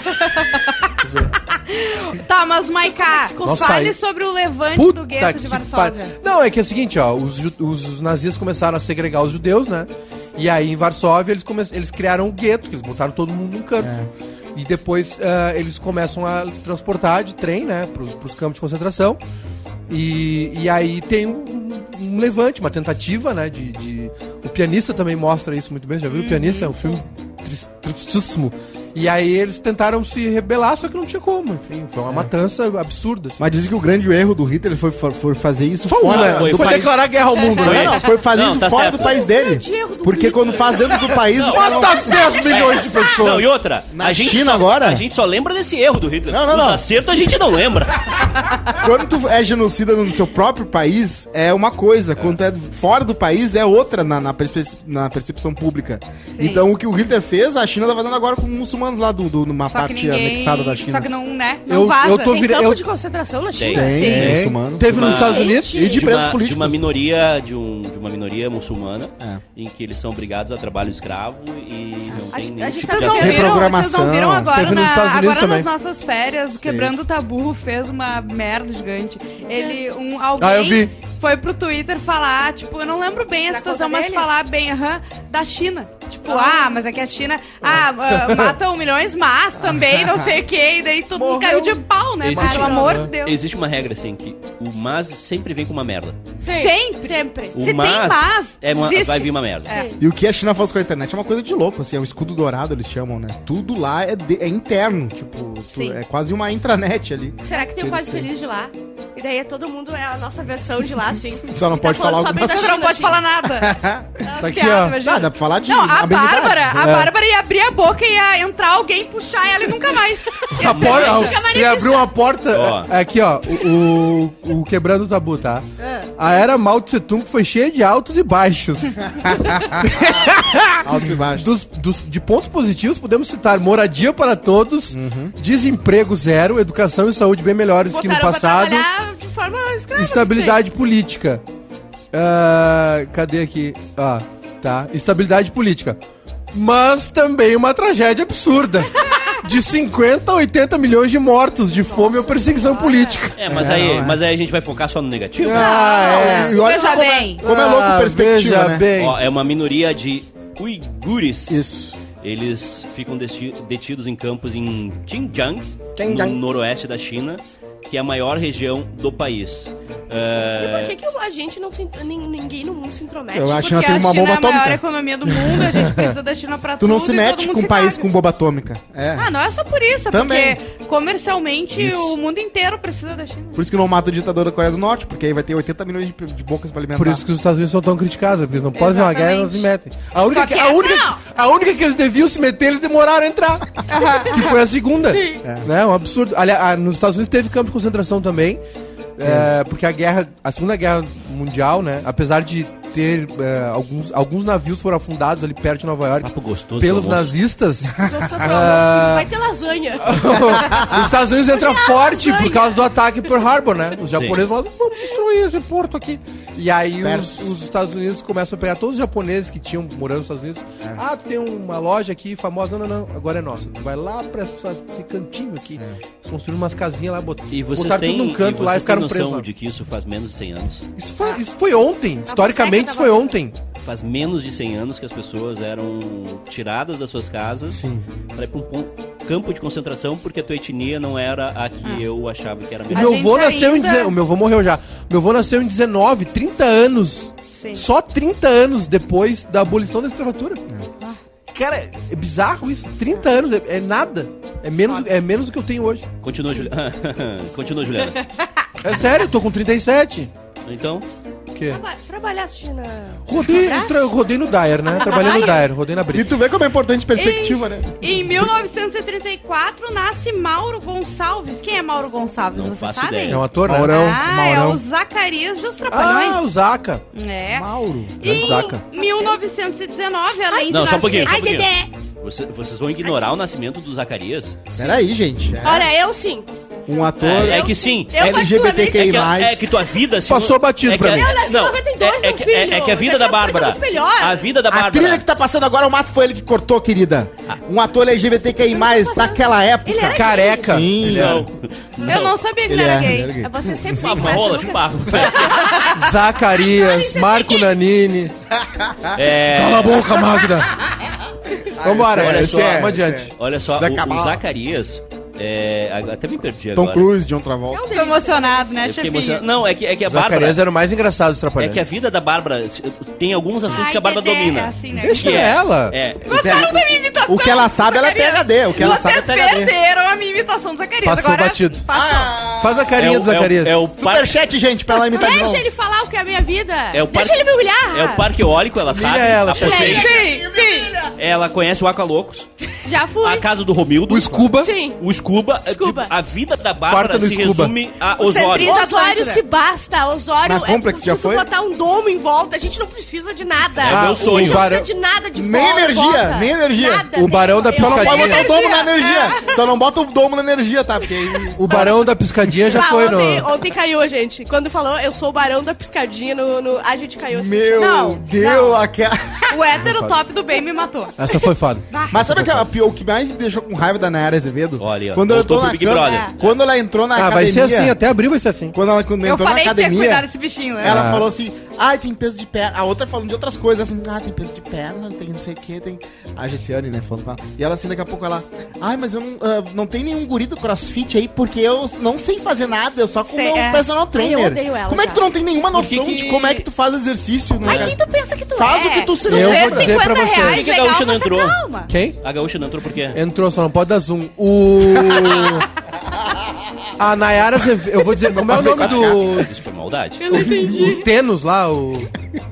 Tá, mas Maiká,
Nossa,
fale
aí-
sobre o levante do gueto de
que
Varsóvia.
par- Não, é que é o seguinte, ó, os, ju- os nazistas começaram a segregar os judeus, né? E aí em Varsóvia eles, come- eles criaram o gueto, que eles botaram todo mundo num canto. E depois ah, eles começam a transportar de trem, né, pros, pros campos de concentração. E, e aí tem um, um levante, uma tentativa, né, de, de- O pianista também mostra isso muito bem, já viu? o pianista é
Uhum.
um filme tris- tristíssimo. E aí eles tentaram se rebelar, só que não tinha como, enfim, foi uma matança absurda. assim.
Mas dizem que o grande erro do Hitler foi, fa- foi fazer isso
Foi,
fora
né?
foi
do
Foi
país.
declarar guerra ao mundo,
Não,
né?
não, foi fazer
Não,
isso
tá
fora
certo.
do país dele.
grande erro do
Porque
Hitler.
quando faz dentro do país, o cara não-
Mata 10 milhões de pessoas.
É. Não, e outra,
Na
a gente
China
só,
agora?
A gente só lembra desse erro do Hitler.
Não, não,
Os
não.
acertos a gente não lembra.
quando tu é genocida no seu próprio país, é uma coisa. Quando tu é fora do país, é outra na, na perce- na percepção pública. Então o que o Hitler fez, a China tá fazendo agora com os muçulmanos lá do, do, numa
Só que
parte
ninguém...
anexada da China.
Só que não, né? Não
Eu-
vaza.
eu tô
Tem
vira-
campo
eu-
de concentração na
Tem.
China?
Tem.
é muçulmano.
Teve nos
Mas-
Estados Unidos
[LAUGHS] E de
de
presos
uma, de
políticos.
uma minoria de, um, de uma minoria muçulmana
É.
em que eles são obrigados a trabalho escravo e não
A
tem
gente-
nenhum
a gente
tipo de
tá
Vocês não
acesso.
viram, vocês
Reprogramação.
não viram agora,
Teve nos
na,
Estados Unidos
agora nas
também.
nossas férias, o Quebrando o Tabu fez uma merda gigante. Ele, um, alguém
Ah, eu vi.
foi pro Twitter falar, tipo, eu não lembro bem a
Da
situação,
conta
mas
dele?
falar bem, aham, da China. Tipo, ah, mas aqui a China. Ah, ah, matam milhões, mas também não sei o quê. E daí todo mundo caiu de pau, né?
Existe-
Pelo amor de Deus.
Existe uma regra, assim, que o mas sempre vem com uma merda.
Sempre.
Sempre.
O
Se tem mas,
é uma-
existe.
vai vir uma merda.
É.
E o que a China faz com a internet é uma coisa de louco, assim, é um escudo dourado, eles chamam, né? Tudo lá é, de- é interno, tipo, tu-
Sim.
é quase uma intranet ali.
Será que tem o
Eles
quase
têm.
feliz de lá? E daí é todo mundo, é a nossa versão de lá, assim.
Só não
E
pode falar
falando só
algumas
bem da
Você não
China,
pode
assim.
falar nada.
Tá aqui,
piada,
ó.
imagina.
Ah, dá pra falar de
Não, a
habilidade.
Bárbara, a
É.
Bárbara ia abrir a boca e ia entrar alguém, puxar ela e nunca mais.
A porta,
Nunca mais
se abriu uma porta.
Ó.
é- Aqui, ó. O, o- o quebrando o tabu, tá?
Ah.
A era Mao Tse Tung foi cheia de altos
[LAUGHS]
e baixos.
Altos e baixos.
Dos, dos- de pontos positivos, podemos citar moradia para todos, desemprego zero, educação e saúde bem melhores que no
Botaram pra
passado,
trabalhar de forma escrava.
estabilidade política. Ah, cadê aqui? Ah, tá. Estabilidade política. Mas também uma tragédia absurda. De 50 a 80 milhões de mortos de fome ou perseguição política.
É, mas, aí, mas aí a gente vai focar só no negativo?
Ah,
E olha
Veja
só como é-
bem.
Como é louco a perspectiva,
veja
né?
bem.
Ó, é uma minoria de uigures.
Isso.
Eles ficam desti- detidos em campos em Xinjiang,
Xinjiang.
no noroeste da China, que é a maior região do país.
E
É,
por que, que a gente não se. nin- Ninguém no mundo se intromete?
Eu acho-
Porque
China
a
tem uma
China
bomba
é a maior
atômica.
economia do mundo, a gente precisa da China pra
Tu não
tudo
se
e todo
mete
mundo
com um
se
país
caga.
com bomba atômica. É.
Ah, não é só por isso, é
Também.
porque comercialmente
Isso.
o mundo inteiro precisa da China.
Por isso que não mata o ditador da Coreia do Norte, porque aí vai ter 80 milhões de, de bocas pra alimentar.
Por isso que os Estados Unidos são tão criticados, porque não podem ver uma guerra e não se metem. A única,
Só
que,
que
a,
essa
única,
não.
a única que eles deviam se meter, eles demoraram a entrar. que foi a segunda. Né? Um absurdo. Aliás, ah, nos Estados Unidos teve campo de concentração também. é, porque a guerra, a Segunda Guerra Mundial, né? Apesar de ter é, alguns, alguns navios foram afundados ali perto de Nova York
papo gostoso.
pelos
do almoço.
nazistas,
Nossa, pra almoço, vai ter lasanha.
os Estados Unidos entra forte por causa do ataque por Harbor, né? Os japoneses falam, vamos destruir esse porto aqui. E aí os,
Espertos.
os Estados Unidos começam a pegar todos os japoneses que tinham morando nos Estados Unidos. Ah, tu tem uma loja aqui famosa. Não, não, não. Agora é nossa. Tu vai lá pra essa- esse cantinho aqui. Eles construíram umas casinhas lá, botaram,
E vocês
botaram
têm,
tudo num canto
e vocês
lá e
têm
ficaram presos.
noção
lá.
de que isso faz menos de 100 anos?
Isso,
Ah.
foi, isso foi ontem. Historicamente, isso
seca,
foi ontem.
Faz menos de 100 anos que as pessoas eram tiradas das suas casas para ir para um pon- campo de concentração porque a tua etnia não era a que eu achava que era a
O
minha.
meu
gente
avô nasceu em.
ainda-
dezen- O meu avô morreu já. O meu avô nasceu em 19, 30 anos.
Sim.
Só 30 anos depois da abolição da escravatura. Cara, é bizarro isso. 30 anos é, é nada. É menos, é menos do que eu tenho hoje.
Continua, Juliana. [LAUGHS] Continua, Juliana.
É sério, eu tô com 37.
Então,
O quê?
Traba- Trabalhar né? China.
Rodei, tra- rodei no Dyer, né? Trabalhei no Dyer, rodei na
E
briga.
tu vê como é importante perspectiva, né?
Em 1934 nasce Mauro Gonçalves. Quem é Mauro Gonçalves?
Não
Vocês
faço
sabem?
ideia.
É um ator, né?
Maurão.
Ah,
Maurão.
é o Zacarias dos
Ah, o
Trapalhões.
Zaca.
é.
Mauro.
Grande Zaca.
Em 1919, além de
Não, só um
nascer-
pouquinho, só um
Ai,
pouquinho.
Dedé!
Você- vocês vão ignorar o nascimento do Zacarias?
Peraí, gente. É
Olha, eu sim.
Um ator.
É, é que sim.
Eu
É
LGBTQI+.
que, a- é que tua vida... assim,
Passou batido
é que
pra
a-
mim.
Eu nasci em 92,
é, é
meu
que-
filho.
é- é que a vida
Já
da
tinha uma coisa
Bárbara...
muito melhor.
A vida da
A trilha
Bárbara...
que tá passando agora, o mato foi ele que cortou, querida. Um ator LGBTQI, naquela época.
Ele era
Careca.
Sim.
Não.
Eu não sabia que ele era gay.
É Você sempre
Uma
me conhece,
rola,
nunca-
um
chuparro.
Zacarias, Marco Nanini.
É,
Cala a boca, Magda. Vambora,
Olha
esse
só,
é,
esse é.
adiante.
Olha só,
Zé
o,
Cabala.
o Zacarias... é, agora- até me perdi
Tom
agora.
Cruise, John Travolta.
Ficou emocionado, né,
Eu fiquei
chefinho?
emocionado. Não, é que, é que a Bárbara...
Zacarias era o mais engraçado dos
É
Trapalhões.
que a vida da Bárbara... se- Tem alguns assuntos
Ai,
que a Bárbara
Dedé,
domina.
assim, né?
Deixa
Que é-
ela.
É,
Gostaram da minha imitação?
O que ela sabe, ela é PHD. O que ela sabe é
Vocês
PHD.
perderam a minha imitação do Zacarias.
Passou
Agora
batido.
Passou.
Faz a carinha
é,
do
o, é,
Zacarias.
o, é o par-
Superchat, gente, pra ela imitar de
Deixa
novo.
ele falar o que é a minha vida.
É o
Deixa
parque-
ele me humilhar.
é o parque eólico, ela sabe.
ela,
a
chefe.
potência.
Sim, sim.
Ela conhece o Aqua Loucos,
Já fui.
a casa do Romildo,
O Scuba.
Sim.
o Scuba.
Scuba.
A vida da Bárbara
Quarta no
se
Scuba.
resume a
Centrinho
Osório.
de
Osório
Atlântida.
se basta. Osório
Na Complex,
é
já
se tu
foi?
botar um domo em volta, a gente não precisa de nada.
É meu sonho.
A gente não
Barão-
precisa de nada de
Nem
volta,
energia,
volta.
nem energia.
Nada,
O
nem-
Barão da
Eu-
Só não pode botar
Piscadinha.
o um domo na energia. Só não bota o domo na energia, tá? Porque aí...
O Barão da Piscadinha já
Ah,
foi
ontem,
no...
ontem caiu a gente. Quando falou, eu sou o barão da piscadinha no. no- a gente caiu assim.
Meu
Não,
Deus, aquela...
O hétero top do bem me matou.
Essa foi foda.
Mas sabe aquela- o que mais me deixou com raiva da Nayara Azevedo?
Olha aí, ó.
quando ela
Voltou
entrou
pro
na
Big
cama-
Brother.
É. Quando ela entrou na
Ah, vai
academia...
ser assim, até abril vai ser assim.
Quando ela quando
Eu
entrou na
falei que tinha que
academia,
cuidar desse bichinho, né?
ela
Ah.
falou assim: Ai, tem peso de perna. A outra falando de outras coisas, assim, ah, tem peso de perna, tem não sei o que, tem. A Gessiane, né, falando com ela. E ela, assim, daqui a pouco ela, ai, mas eu não, ah, não tem nenhum guri do crossfit aí, porque eu não sei fazer nada, eu só com o
Sei,
meu
é.
personal trainer.
eu odeio ela
como é que
já.
tu não tem nenhuma
Por que
noção
que-
de como é que tu faz exercício? Não
Mas quem tu pensa que tu
Faz
é?
o que tu se
Eu
É,
vou dizer pra
50
vocês.
Por que
Reais,
que a
legal,
gaúcha não
mas
entrou?
Calma.
Quem?
A gaúcha não entrou por quê?
Entrou, só não pode dar zoom. O. A Nayara Azevedo. Eu vou dizer.
[LAUGHS]
Como é o nome do.
Isso foi maldade.
É
O Thanos lá, o.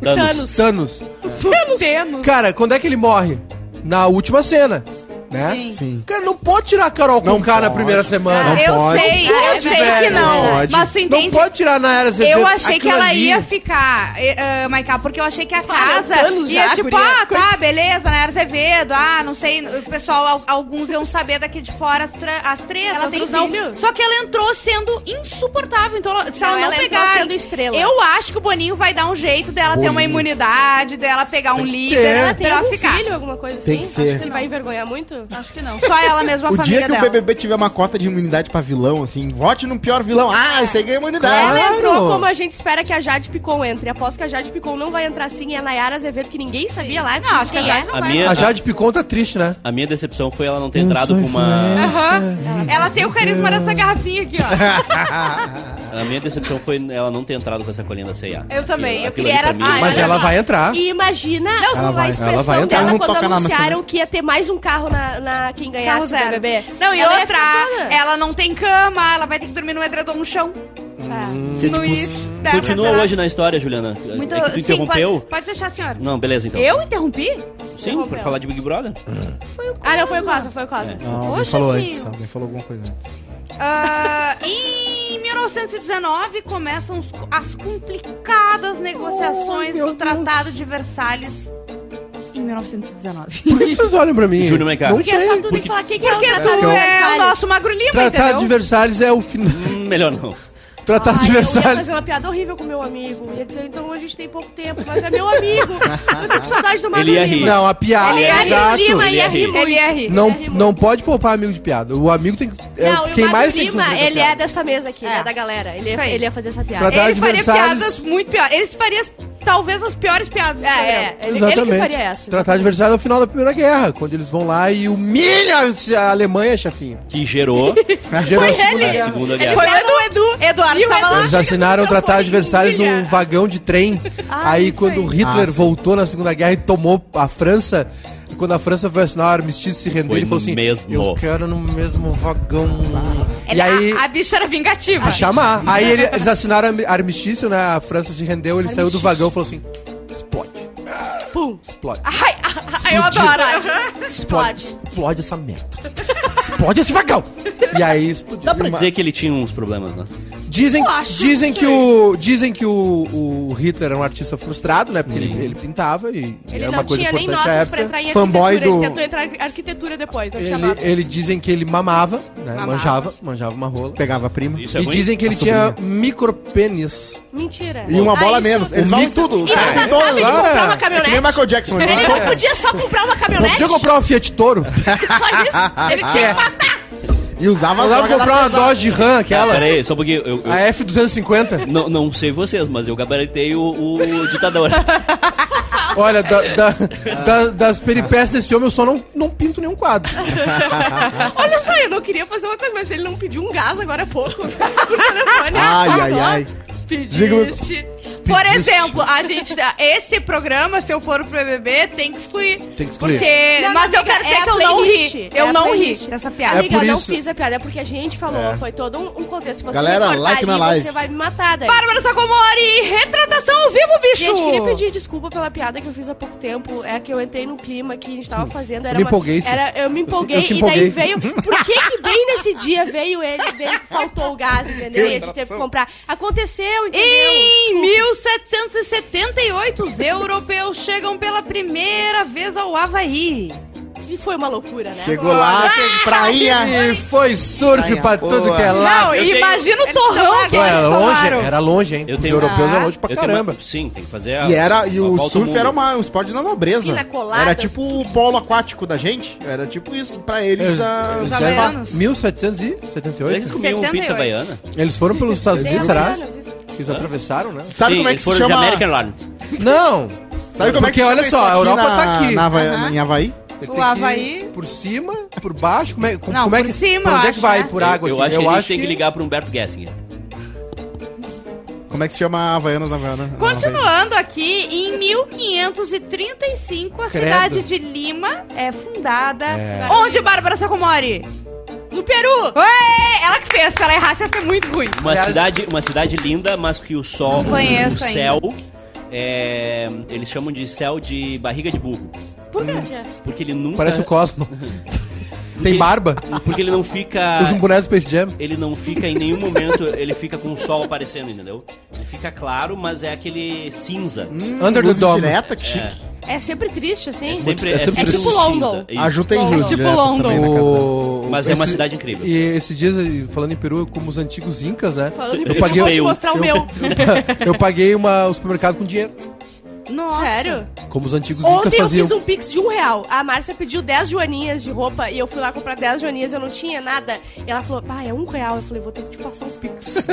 Thanos.
Thanos.
Thanos.
Cara, quando é que ele morre? Na última cena. Né?
Sim.
Sim.
Cara, não pode tirar a Carol com K na
pode. Ah,
primeira semana.
Não
eu
pode.
sei,
Não
eu
pode,
sei que
velho,
não.
não pode.
Mas tu
Não
entende?
pode tirar a Nayara Azevedo.
Eu achei que
Aquilo
ela
ali-
ia ficar, eh, eh, Maiká, porque eu achei que a casa
anos
ia
já,
tipo,
guria.
ah, tá, beleza, né, Azevedo, ah, não sei, o pessoal, al- alguns iam saber daqui de fora as, tra- as tretas,
Ela tem
outros não.
filho.
Só que ela entrou sendo insuportável, então ela- se ela não,
Não, ela entrou
pegar...
sendo estrela.
Eu acho que o Boninho vai dar um jeito dela ter uma
Boninho.
imunidade, dela pegar um líder,
ter.
Ela
ela
tem
pra ela
algum
ficar.
filho, alguma coisa assim?
É. Tem que ser.
Acho que ele vai envergonhar muito. Acho que não.
Só ela mesma, a
O dia
família
que
dela.
o BBB tiver uma cota de imunidade pra vilão, assim, vote no pior vilão.
É.
Ah, esse aí ganha imunidade.
Ela
Claro.
entrou como a gente espera que a Jade Picon entre. Aposto que a Jade Picon não vai entrar assim e a Nayara Azevedo, que ninguém sabia lá. é.
Não, acho que a Jade não
A
vai.
minha,
A
a,
Jade Picon tá triste, né?
a minha decepção foi ela não ter entrado com uma.
Aham. Ela tem o carisma dessa garrafinha aqui, ó.
A minha decepção foi ela não ter entrado com essa colinha da CIA.
Eu também, eu
Aquilo
queria
ali pra
era-
mim-
Ah,
Mas
olha
ela
só.
vai entrar.
E imagina
ela vai-
a
ela vai
expressão
entrar.
dela
Não
quando
toca na maçã,
anunciaram que ia ter mais um carro na, na- quem
Carro
ganhasse o
Tá zero.
BBB.
Não, e
Ela é ia
outra, é-
ficar toda.
ela não tem cama, ela vai ter que dormir no edredom no chão.
Tá.
Fiat
é
no
Pus.
isso. Dá
Continua
pra-
hoje na história, Juliana.
Muito-
é que tu
sim,
interrompeu?
pode, pode deixar, senhora.
Não, beleza então.
Eu interrompi?
Sim, pra falar de Big Brother?
Ah, não, foi o Cosmo, foi o Cosmo.
É. Não, alguém
Poxa,
falou
filho.
antes. Alguém falou alguma coisa [LAUGHS] antes.
Ah, [LAUGHS] em 1919 começam os- as complicadas negociações do Tratado de Versalhes. Em 1919.
Por que vocês olham pra mim?
Júnior Maiká.
Não
Porque é só
sei.
tu me falar quem que é o
Porque
Tratado
tu
de
é o
Versalhes.
nosso Magro Lima,
Tratado de
entendeu?
Versalhes é o final.
Hum, melhor não.
Tratado
Ai,
Tá de
Eu ia
Versalhes.
fazer uma piada horrível com meu amigo. Ia dizer, então a gente tem pouco tempo, mas é meu amigo. Eu tô com saudade do Magro
Ele ia rir.
Lima.
Não, a piada.
Ele é ia rir,
Exato.
Lima
Ele
ia
ia
rir
rir.
muito.
Ele ia rir.
Não,
Ele é
não pode poupar amigo de piada. O amigo tem que. É,
Não, e o
quem
Magro
mais tem que
Lima,
sofrer com a
ele é
piada.
dessa mesa aqui,
É.
né, da galera. Ele,
Isso
ia,
aí.
ele ia fazer essa piada.
Tratado
Ele
de
faria
Versalhes.
piadas muito piores. Ele faria, talvez, as piores piadas do programa.
É, é, ele, ele
Exatamente.
que faria essa.
Tratar de Versalhes é o final da Primeira Guerra, quando eles vão lá e humilham a Alemanha, chefinho.
Que
[LAUGHS]
gerou
Gerou a Segunda
a
Guerra.
Segunda
Ele
Guerra.
É foi lá do Edu. Eduardo tava lá.
Eles assinaram o Tratado de Versalhes num
humilhar.
vagão de trem.
Ah,
aí
isso
quando
aí.
Hitler
Ah, sim.
voltou na Segunda Guerra e tomou a França, e quando a França foi assinar o armistício e se render,
Foi
ele falou
no
assim:
mesmo.
Eu quero no mesmo vagão.
Ele-
E aí.
a, a bicha era vingativa.
A chamar. Aí ele- eles assinaram armi- armistício, né? A França se rendeu, ele saiu do vagão e falou assim: explode,
Pum.
explode.
Ai, ai, eu adoro.
Explode. Explode essa merda. [LAUGHS] Explode esse vagão. E aí explodiu.
Dá pra
Uma-
dizer que ele tinha uns problemas, né?
Dizem,
Eu acho,
dizem,
não
que o, dizem que o, o Hitler era um artista frustrado, né? Porque ele, ele pintava e e
Ele
era É uma
não
coisa
tinha nem
importante à
notas pra
época.
entrar em
fanboy
arquitetura.
do-
Ele tentou entrar em arquitetura depois, não tinha
Ele,
nota.
ele dizem que ele mamava, né? Manjava, manjava uma rola.
Pegava a prima.
Isso é
E
ruim?
dizem que ele
A
tinha micropênis.
Mentira.
E uma
Ah,
bola
isso-
menos. Eles vão em tudo.
E
É.
não bastava ele
Cara,
comprar uma
É que
caminhonete.
nem Michael Jackson. Ele
Ele
vai-
não podia só comprar uma
Não
caminhonete?
podia comprar uma Fiat
[LAUGHS]
Toro.
Só isso? Ele tinha que matar.
E usava
Mas dava pra
drogas
comprar uma
da-
Dodge Ram, aquela.
Pera aí, só porque eu, eu-
A
eu
F250.
não, não sei vocês, mas eu gabaritei
[LAUGHS]
o, o ditador.
Olha, da- da- da- das peripécias desse homem, eu só não, não pinto nenhum quadro.
Olha só, eu não queria fazer uma coisa, mas ele não pediu um gás agora há pouco. [LAUGHS] Por telefone.
Ai,
agora.
ai, ai. Diga o meu-
Pediste.
Por exemplo, a gente. Esse programa, se eu for pro BBB, tem que excluir.
Tem que excluir.
Porque.
Não,
mas
não,
eu quero dizer
amiga, é
que
a
eu não
playlist,
ri.
é
Eu
a
não ri
playlist.
dessa
Amiga,
piada.
por
eu não
isso.
fiz a piada, é porque a gente falou, foi todo um, um contexto. Se você
Galera,
me cortar
like na
ali,
live.
você vai me matar daí.
Bárbara Sacomori, retratação ao vivo, bicho!
Gente, queria pedir desculpa pela piada que eu fiz há pouco tempo. É que eu entrei no clima que a gente tava fazendo. Era
me
uma-
empolguei, sim.
era- eu me empolguei
eu se
e daí
empolguei.
veio. Por que, que bem nesse dia veio ele, veio, faltou o gás, entendeu? E a gente teve que comprar. Aconteceu, entendeu?
Em
Desculpa.
1778, os europeus chegam pela primeira vez ao Havaí.
E foi uma loucura, né?
Chegou lá, teve prainha.
E foi surf
Ai,
pra
boa.
tudo que é lá.
Não,
eu
imagina o
Eles estão
torrão que
Pô,
eles
era longe,
tomaram.
era longe, hein?
Eu
Os
tenho-
europeus eram longe
Eu
pra
tenho
caramba.
uma- sim, tem que fazer a.
E, era, e
a
o
volta ao
surf
mundo.
era uma- um esporte de nobreza.
Quina colada.
Era tipo o polo aquático da gente. Era tipo isso. Pra
Eles-
eles, ah. a-
eles
Tá
devem-
vendo?
1778?
Eles comiam
78.
pizza baiana?
Eles foram pelos Estados
Bem
Unidos, será?
americanas, isso.
Eles atravessaram, né?
Sabe
Sim,
como é que
eles
se
foram de
chama?
American Airlines.
Não!
Sabe como é
Porque
que se chama
olha só,
isso
a Europa tá aqui.
Na Havaí,
Aham.
Em Havaí?
Ele
O
tem que ir
Havaí-
Por cima, por baixo, como é, como,
Não,
como é
por
que...
cima,
pra onde é
eu acho,
que vai
né?
por água
eu,
aqui?
acho que a gente tem que ligar pro Humberto Gessinger.
Como é que se chama a Havaianas na Havaiana? na Havaí?
Continuando aqui, em 1535, a
Credo. É.
cidade de Lima é fundada. Onde Bárbara Sacomori? No Peru! Ué, ela que fez, se ela errasse ia ser muito ruim.
Uma,
Aliás-
cidade, uma cidade linda, mas que o sol,
Não conheço
o céu... é, eles chamam de céu de barriga de burro.
Por quê?
Porque ele nunca...
Parece
[LAUGHS]
o Cosmo.
Porque-
tem barba?
um-
Porque ele não
[LAUGHS]
fica...
Usa um boneco do Space
Hum.
Jam?
Ele não fica em nenhum momento, ele fica com o sol aparecendo, entendeu? Ele fica claro, mas é aquele cinza.
Under the
Luz
Dome.
direta, que chique.
É sempre triste, assim?
É sempre,
é sempre
É tipo
um
London.
cinza. Isso.
A Ju tem
London.
luz
Tipo
direta
London.
também na casa dela.
O-
Mas é uma cidade incrível.
E esses dias, e falando em Peru, como os antigos incas, né? [LAUGHS]
Falando
Eu
eu paguei, vou
paguei
te
um.
mostrar o
Eu-
meu.
Eu paguei uma, um supermercado com dinheiro,
Nossa.
Sério?
como os antigos incas
Ontem eu
faziam.
fiz um pix de um real. A Márcia pediu 10 joaninhas de roupa e eu fui lá comprar 10 joaninhas, eu não tinha nada. E ela falou, pá, é um real. Eu falei, vou ter que te passar um
[LAUGHS]
pix.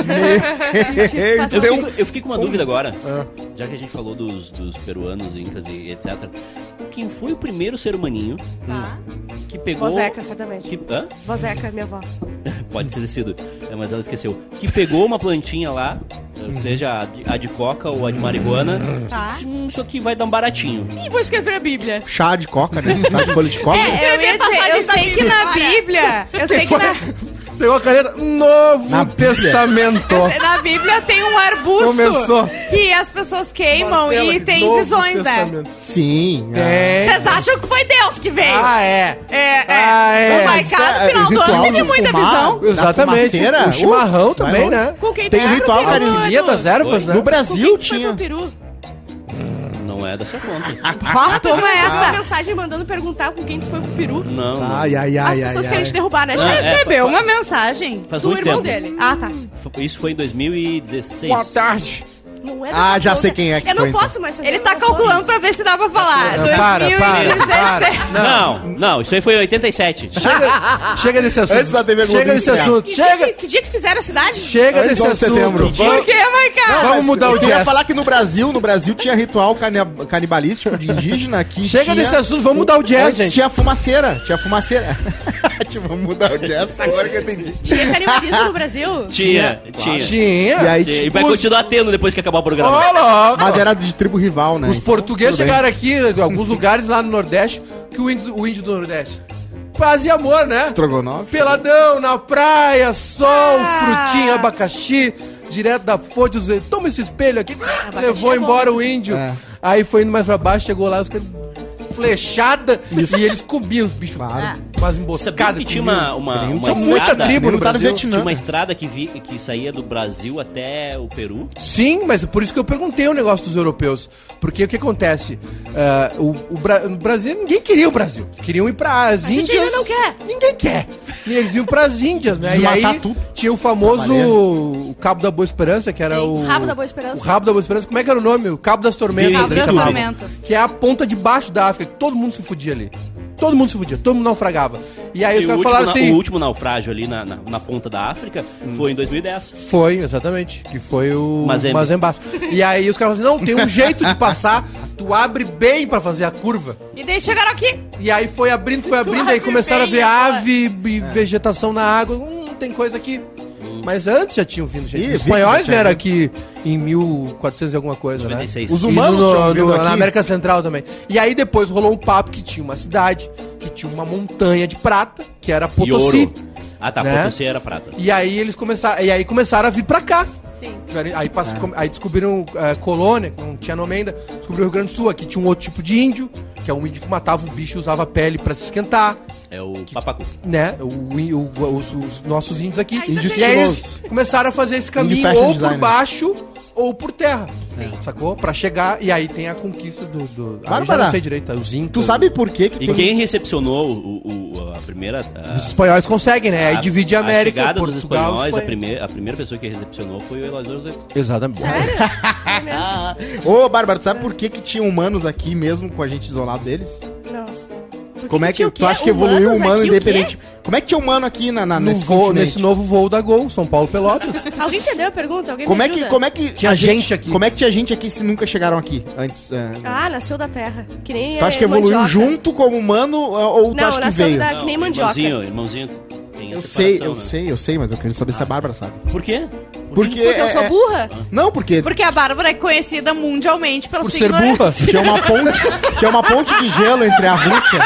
Eu,
Deu-
fiquei, eu fiquei com uma dúvida agora, já que a gente falou dos, dos peruanos, incas e etc. Quem foi o primeiro ser humaninho
Tá.
Hum,
que pegou...
Vozeca, certamente.
Que, hã?
Vozeca, minha avó.
Pode ter sido, é, mas ela esqueceu. Que pegou uma plantinha lá, ou seja a de, a de coca ou a de marihuana,
Tá.
disse, "Hum, isso aqui vai dar um baratinho.
E vou escrever a Bíblia.
Chá de coca, né? Chá de folha de coca.
É, eu ia dizer, eu sei que na Bíblia, eu sei que na,
um-
Pegou a caneta, Novo
Na Bíblia.
[LAUGHS]
Testamento.
É
na Bíblia tem um arbusto
Começou.
que as pessoas queimam
Martelo
e
de
tem
Novo
visões, né?
Testamento.
Sim.
É.
Vocês acham que foi Deus que veio?
Ah, é.
É, é.
Ah, é.
O Maicá, no final do ano, teve muita visão.
Então, Exatamente. O chimarrão também, né?
Então? Com quem
Tem
tá no
ritual,
peru,
A
Carolina.
mano?
alquimia das ervas,
Oi.
né?
No
Com quem
Brasil
que foi
tinha.
pro peru?
Não é da sua conta.
Ah, toma
É,
Uma
essa.
mensagem mandando perguntar com quem tu foi pro peru.
Não, não.
Ai, ai,
As
ai,
pessoas
ai,
querem te
ai.
derrubar, né?
Não, é.
Recebeu uma mensagem.
Faz
Do
muito
irmão
tempo.
dele.
Ah, tá.
F- Isso foi em 2016.
tarde.
Não é
Ah,
dessa
já
conta.
sei quem é que
Eu
foi,
não
então.
posso mais saber.
Ele
eu
tá
não vou.
calculando pra ver se dá pra falar.
Não, para, para,
2016.
para.
Não, não, isso aí foi em 87.
Chega, chega desse assunto.
Antes da TV Globo
chega desse
iniciar.
assunto.
Que dia,
Chega,
que, que dia que fizeram a cidade?
chega
Antes
desse
do
assunto.
11 de setembro.
Por que, Maicá?
Vamos mudar o
Eu ia
jazz.
falar que no Brasil, no Brasil tinha ritual cani- canibalístico de indígena que
Chega
tinha-
desse assunto, vamos mudar o jazz,
Antes
gente.
Tinha fumaceira, tinha fumaceira. [LAUGHS] tipo, vamos mudar o jazz agora que eu entendi.
Tinha canibalismo
[LAUGHS]
no Brasil?
Tinha, tinha. tinha.
Tinha.
E aí,
E
tipo,
vai
os-
continuar tendo depois que acabar o programa.
Ó, louco.
mas era de tribo rival, né?
Os portugueses
Tudo bem.
chegaram aqui, em alguns lugares lá no Nordeste, que o índio, o índio do Nordeste. Paz e amor, né?
Estrogonofe.
Peladão, na praia, sol,
Ah.
frutinha, abacaxi, direto da fonte, os... toma esse espelho aqui, levou
é bom.
embora o índio.
É.
Aí foi indo mais pra baixo, chegou lá, os caras flechada, e eles comiam os bichos.
Claro.
Mas
Sabia
emboscada.
que tinha uma, uma,
Tem
uma
Tinha muita
estrada,
tribo no
Militar do
Brasil. né?
Vietnã.
tinha uma estrada que, vi, que saía do Brasil até o Peru?
Sim, mas por isso que eu perguntei o negócio dos europeus. Porque o que acontece? Ah, o, o Bra- no Brasil, ninguém queria o Brasil. Eles queriam ir para as
A gente
Índias.
ainda não quer.
Ninguém quer. E eles iam para as Índias, né? E aí
Desmatar tudo.
tinha o famoso
Trabalhando.
Tá
o Cabo da Boa Esperança, que era
Sim,
o.
Rabo da Boa Esperança.
O Rabo da Boa Esperança. Como é que era o nome? O Cabo das Tormentas.
Tá,
Cabo das
eles chamavam.
Tormentas.
Que é a ponta de baixo da África, que todo mundo se fudia ali. Todo mundo se fudia, todo mundo naufragava. E aí os
E o,
caras
último,
falaram
na-
assim. Hum.
o último naufrágio ali na, na, na ponta da África foi em 2010.
Foi, exatamente. Que foi o
Mazembe.
Mazembaço. E aí os caras falaram assim, não, tem um jeito de passar, tu abre bem pra fazer a curva.
E daí chegaram aqui.
E aí foi abrindo, foi abrindo, aí
abre
começaram a
bem, né,
ver
agora.
ave e vegetação na água. Hum, tem coisa aqui. Mas antes já tinham vindo, gente.
Ih,
Os espanhóis
vindo, já
vieram aqui em 1400 e alguma coisa,
96.
né?
Os humanos
E no-
tinham vindo
no-
aqui.
na América Central também. E aí depois rolou um papo que tinha uma cidade, que tinha uma montanha de prata, que era Potosí.
E ouro. Ah tá,
Né?
Potosí era prata.
E aí eles começaram, e aí começaram a vir pra cá.
Sim.
Tiveram- Aí, passa- com- aí descobriram é, colônia, que não tinha nome ainda, descobriram o Rio Grande do Sul, aqui tinha um outro tipo de índio, que é um índio que matava o bicho e usava a pele pra se esquentar,
É o papacu.
né? O í- o- os, os nossos índios aqui.
Ainda
Índios
bem.
e aí eles começaram a fazer esse caminho
fashion
ou por
designer.
baixo ou por terra. Sacou? Pra chegar, e aí tem a conquista do. do aí já
Bárbara,
não sei direito, é, os índios.
Tu sabe por que que
E quem recepcionou o, o- a primeira...
Os
A,
espanhóis conseguem, né? aí divide a América,
A chegada dos
Portugal,
espanhóis, a
Espanha.
primeira, a primeira pessoa que recepcionou foi o Eloy Loreto.
Exatamente.
[LAUGHS]
É mesmo?
Ô, Bárbara, tu sabe por que que tinha humanos aqui mesmo com a gente isolado deles?
Não. Por Porque
Como é
tinha
que tu
o quê?
acha que evoluiu o
Humanos
humano
aqui,
independente? Como é que tinha humano aqui na, na-
No
nesse
voo-
continente?
nesse novo voo da Gol, São Paulo Pelotas.
quê? Alguém entendeu a pergunta? Alguém
Como
me
é que
ajuda?
como é que
Tinha
a
gente aqui.
Como é que tinha gente aqui se nunca chegaram aqui [LAUGHS] antes? é,
Ah, nasceu da terra. Que nem
tu acha
é,
que evoluiu
mandioca.
junto como humano ou ou tu
Não,
acha que
nasceu
veio?
da- Ah, que nem mandioca.
Irmãozinho, irmãozinho. tem a
Eu sei,
separação,
eu
né?
sei, eu sei, mas eu quero saber se a Bárbara sabe.
Por quê?
Porque,
Porque eu
é-
sou
é-
burra?
Não, porque
Porque a Bárbara é conhecida mundialmente pelo
Por
sua
ser
ignorância.
burra.
tinha uma ponte, tinha uma ponte de gelo entre a Rússia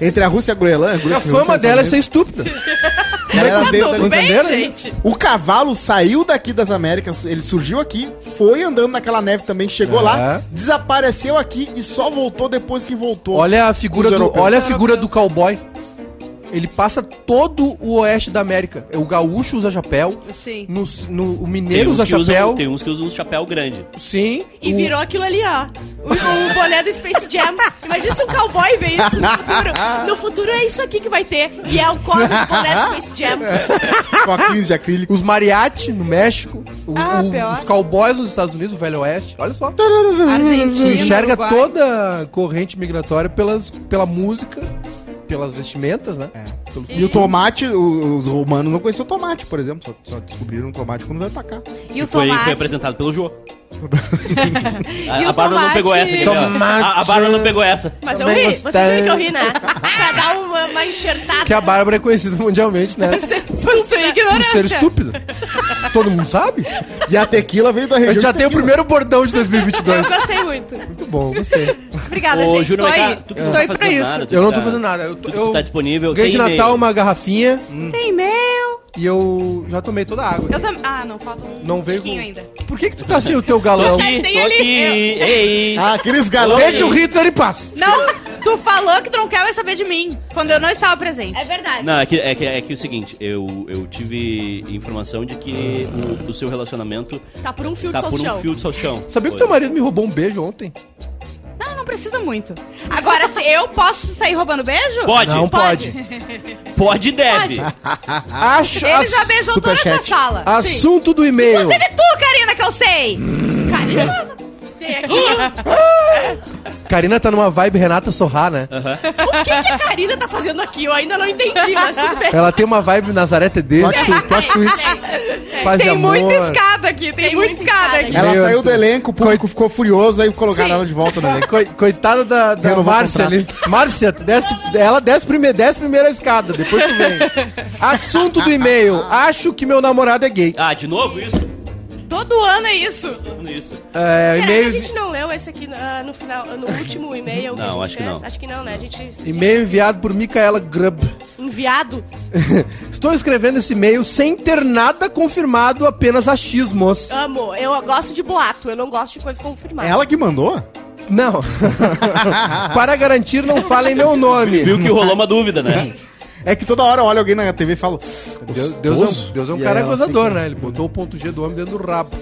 entre a Rússia e a Groenlândia.
A fama dela é ser estúpida. é
Ela veio da-
tá
Tudo bem,
entenderam?
gente?
O cavalo saiu daqui das Américas, ele surgiu aqui, foi andando naquela neve também, chegou
É.
lá, desapareceu aqui e só voltou depois que voltou.
Olha a figura
Os
do,
europeus.
olha a figura do cowboy. Ele passa todo o oeste da América. É, O gaúcho usa chapéu,
Sim.
no, no- o mineiro usa
que usam-
chapéu.
tem uns que usam um chapéu grande.
Sim.
E
o-
virou aquilo ali, ó. O, o boné do Space Jam. Imagina se um cowboy vê isso no futuro. No futuro é isso aqui que vai ter. E é o código do boné do Space Jam.
Coquinhos de acrílico.
os mariachi no México, o-
Ah,
o-
pior.
os cowboys nos Estados Unidos, o Velho Oeste. Olha só. Tu
Argentina,
enxerga
Uruguai.
toda a corrente migratória pelas, pela música, pelas vestimentas, né? Pelo-
E o tomate, o- os romanos não conheciam o tomate, por exemplo. Só, só descobriram o tomate quando veio pra cá.
E o
Foi,
tomate.
foi apresentado pelo
[LAUGHS]
Jô.
E
a,
o
a Bárbara não
tomate? Tá,
pegou essa, Gabriel.
Tomate.
A, a Bárbara não pegou essa.
Mas eu
Também
ri.
gostei.
Vocês viram que eu ri, né? Pra dar uma, uma enxertada.
Que a Bárbara é conhecida mundialmente,
[LAUGHS]
né?
Por ser
Por
ignorância.
ser estúpida. Todo mundo sabe?
E a tequila veio da
A
região.
gente já
de
tem o
tequila.
primeiro bordão de 2022.
Eu gostei muito.
Muito [LAUGHS] bom, gostei.
Obrigada, gente. tô
Maiká,
aí.
tu que não
tô
tá
aí pra
fazendo
isso.
nada, tu
Eu
que
não tô
tá-
fazendo nada. Eu, tô-
tu que
eu
tá disponível.
ganhei
tem
de Natal
e-mail.
uma garrafinha
Tem e-mail.
e eu já tomei toda a água.
Eu também. Ah, não, falta um
Não veio
tiquinho
com-
ainda.
Por que que tu tá sem o teu galão?
Tô aqui,
Tem
tô
ali.
aqui. Ei.
Ah, aqueles galões.
Deixa o Hitler e passa.
Não, tu falou que tu não quer mais saber de mim quando eu não estava presente.
É verdade.
Não, é que, é, que, é que o seguinte, eu, eu tive informação de que o, o seu relacionamento
Tá por um fio
tá
de
por
salsichão.
um fio de salchão.
Sabia que teu marido me roubou um beijo ontem?
Não, não precisa muito. Agora, se eu posso sair roubando beijo?
Pode,
Não pode.
pode e deve.
[LAUGHS] Acho.
Ele
ass-
já beijou toda essa
superchat.
sala.
Assunto do e-mail.
Inclusive tu, Karina, que eu sei.
Hum.
Karina,
Tem aqui.
Karina tá numa vibe Renata Sorrá, né?
O
[LAUGHS]
que, que a Karina tá fazendo aqui? Eu ainda não entendi, mas tudo bem.
Ela tem uma vibe Nazaré TD,
Plot twi- plot twist.
paz de
[LAUGHS] tem
amor.
muita escada aqui, tem,
Tem
muita,
muita
escada
escada
aqui.
Ela
Meu
saiu do
Deus.
elenco, o público ficou furioso, aí colocaram
Sim.
ela de volta no elenco.
Coi- coitada da, da
Renovou o
Márcia ali. Márcia, tu desce, ela desce primeiro, desce primeiro a escada, depois tu vem. Assunto do e-mail. Acho que meu namorado é gay.
Ah, de novo isso?
Todo ano é isso.
Isso.
É,
Será que a
e-mail,
gente não leu esse aqui ah, no final, no último e-mail? que a
Não,
gente
acho que
fez?
não.
Acho que não, né? A gente, a gente-
e-mail enviado por Micaela Grubb.
enviado.
Estou escrevendo esse e-mail sem ter nada confirmado, apenas achismos.
Amo. Eu gosto de boato, eu não gosto de coisa confirmada.
Ela que mandou?
Não. [LAUGHS] Para garantir, não falem meu nome.
Viu que rolou uma dúvida, né?
É que toda hora olha alguém na TV e fala.
Deus, Deus é um, Deus é um cara gozador, né? Ele botou o ponto G do homem dentro do rabo.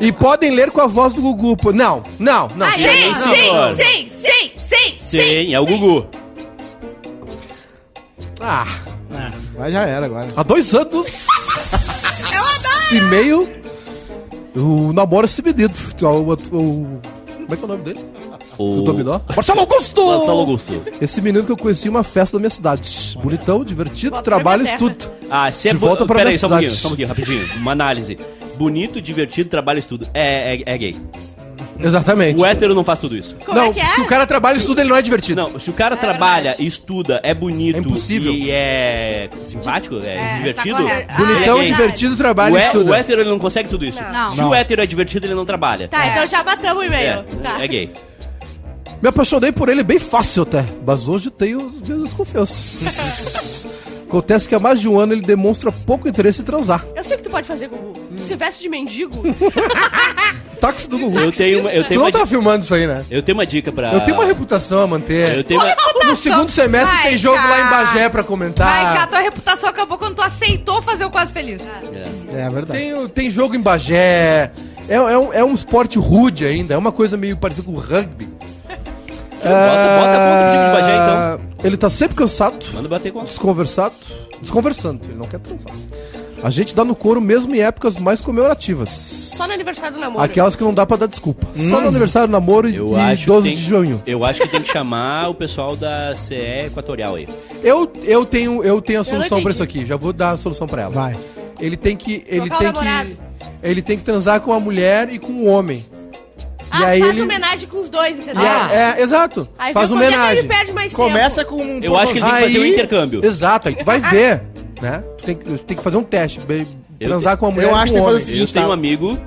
e podem ler com a voz do Gugu. pô. Não, não, não.
Ah,
gente,
sim,
sim, senhora.
É.
sim, sim, sim, sim,
Sim, é o Gugu.
Ah,
Mas já era agora.
há dois anos. e meio. O namoro é se medido. O, o- o- como é que é o nome dele?
O
O Dominó? Marcelo Augusto!
Marcelo Augusto.
Esse menino que eu conheci em uma festa da minha cidade. Bonitão, divertido,
Volta
trabalho e
pra minha
estudo.
Ah, se é
De
bo-
volta pra
Pera aí, só um pouquinho,
universidade.
só um pouquinho, rapidinho. Uma análise. Bonito, divertido, trabalho, estudo. É, é, é gay.
Exatamente.
O hétero não faz tudo isso.
Como
não,
é que é?
se o cara trabalha e estuda, ele não é divertido.
Não, se o cara trabalha, estuda, é bonito
É impossível.
e é simpático, é,
tá
divertido.
correto.
ele é
Bonitão,
gay.
divertido, trabalha
O,
e
hé-
estuda.
o hétero ele não consegue tudo isso.
Não.
Se
Não.
o hétero é divertido, ele não trabalha.
Tá, então já matamos o
É,
e-mail. Tá.
é gay.
Me apaixonei por ele bem fácil até, mas hoje tenho as minhas
[LAUGHS]
desconfianças. Acontece que há mais de um ano ele demonstra pouco interesse em transar.
Eu sei o que tu pode fazer, Gugu. Tu se veste
[LAUGHS]
de mendigo.
Táxi do Gugu.
Eu tenho, uma- eu,
Tu
tenho
não
uma,
tá
di-
filmando isso aí, né?
eu tenho uma dica pra.
Eu tenho uma reputação a manter.
Eu tenho uma-
No segundo semestre
Vai,
tem jogo lá em
cara.
Bagé pra
Vai, cá,
comentar.
tua reputação acabou quando tu aceitou fazer o Quase Feliz.
É.
É verdade.
Tem, tem jogo em Bagé. É, é um, é um esporte rude ainda, é uma coisa meio parecida com o rugby.
Bota, bota contra o time de Bagé, então.
então. Ele tá sempre cansado.
Manda bater contra.
desconversado, desconversando, ele não quer transar. A gente dá no couro mesmo em épocas mais comemorativas.
só no aniversário do namoro.
Aquelas que não dá pra dar desculpa. Só no aniversário do namoro e
Hum. Eu
e
acho
12
que tem,
de junho.
Eu acho que tem que chamar o pessoal da CE Equatorial aí.
Eu, eu, tenho, eu tenho a
não
solução pra
entendi.
isso aqui. Já vou dar a solução pra ela.
Vai.
Ele tem que. Ele
Trocar o
tem que.
namorado.
Ele tem que transar com a mulher e com o homem.
Ah,
e aí
faz
ele.
homenagem com os dois, entendeu?
e é, é, exato.
Aí
faz
vê quanto é que
homenagem.
Ele perde mais
Ah, Começa
tempo.
com um
Eu acho que ele tem que fazer um intercâmbio.
Exato, aí tu
Ah.
vai ver, né? Tu tem, que- tu tem que fazer um teste. be-
Eu
Transar com a mulher
eu
e com
acho
o
que tem que
homem.
fazer
Eu
Seguinte,
tenho
tá.
um amigo,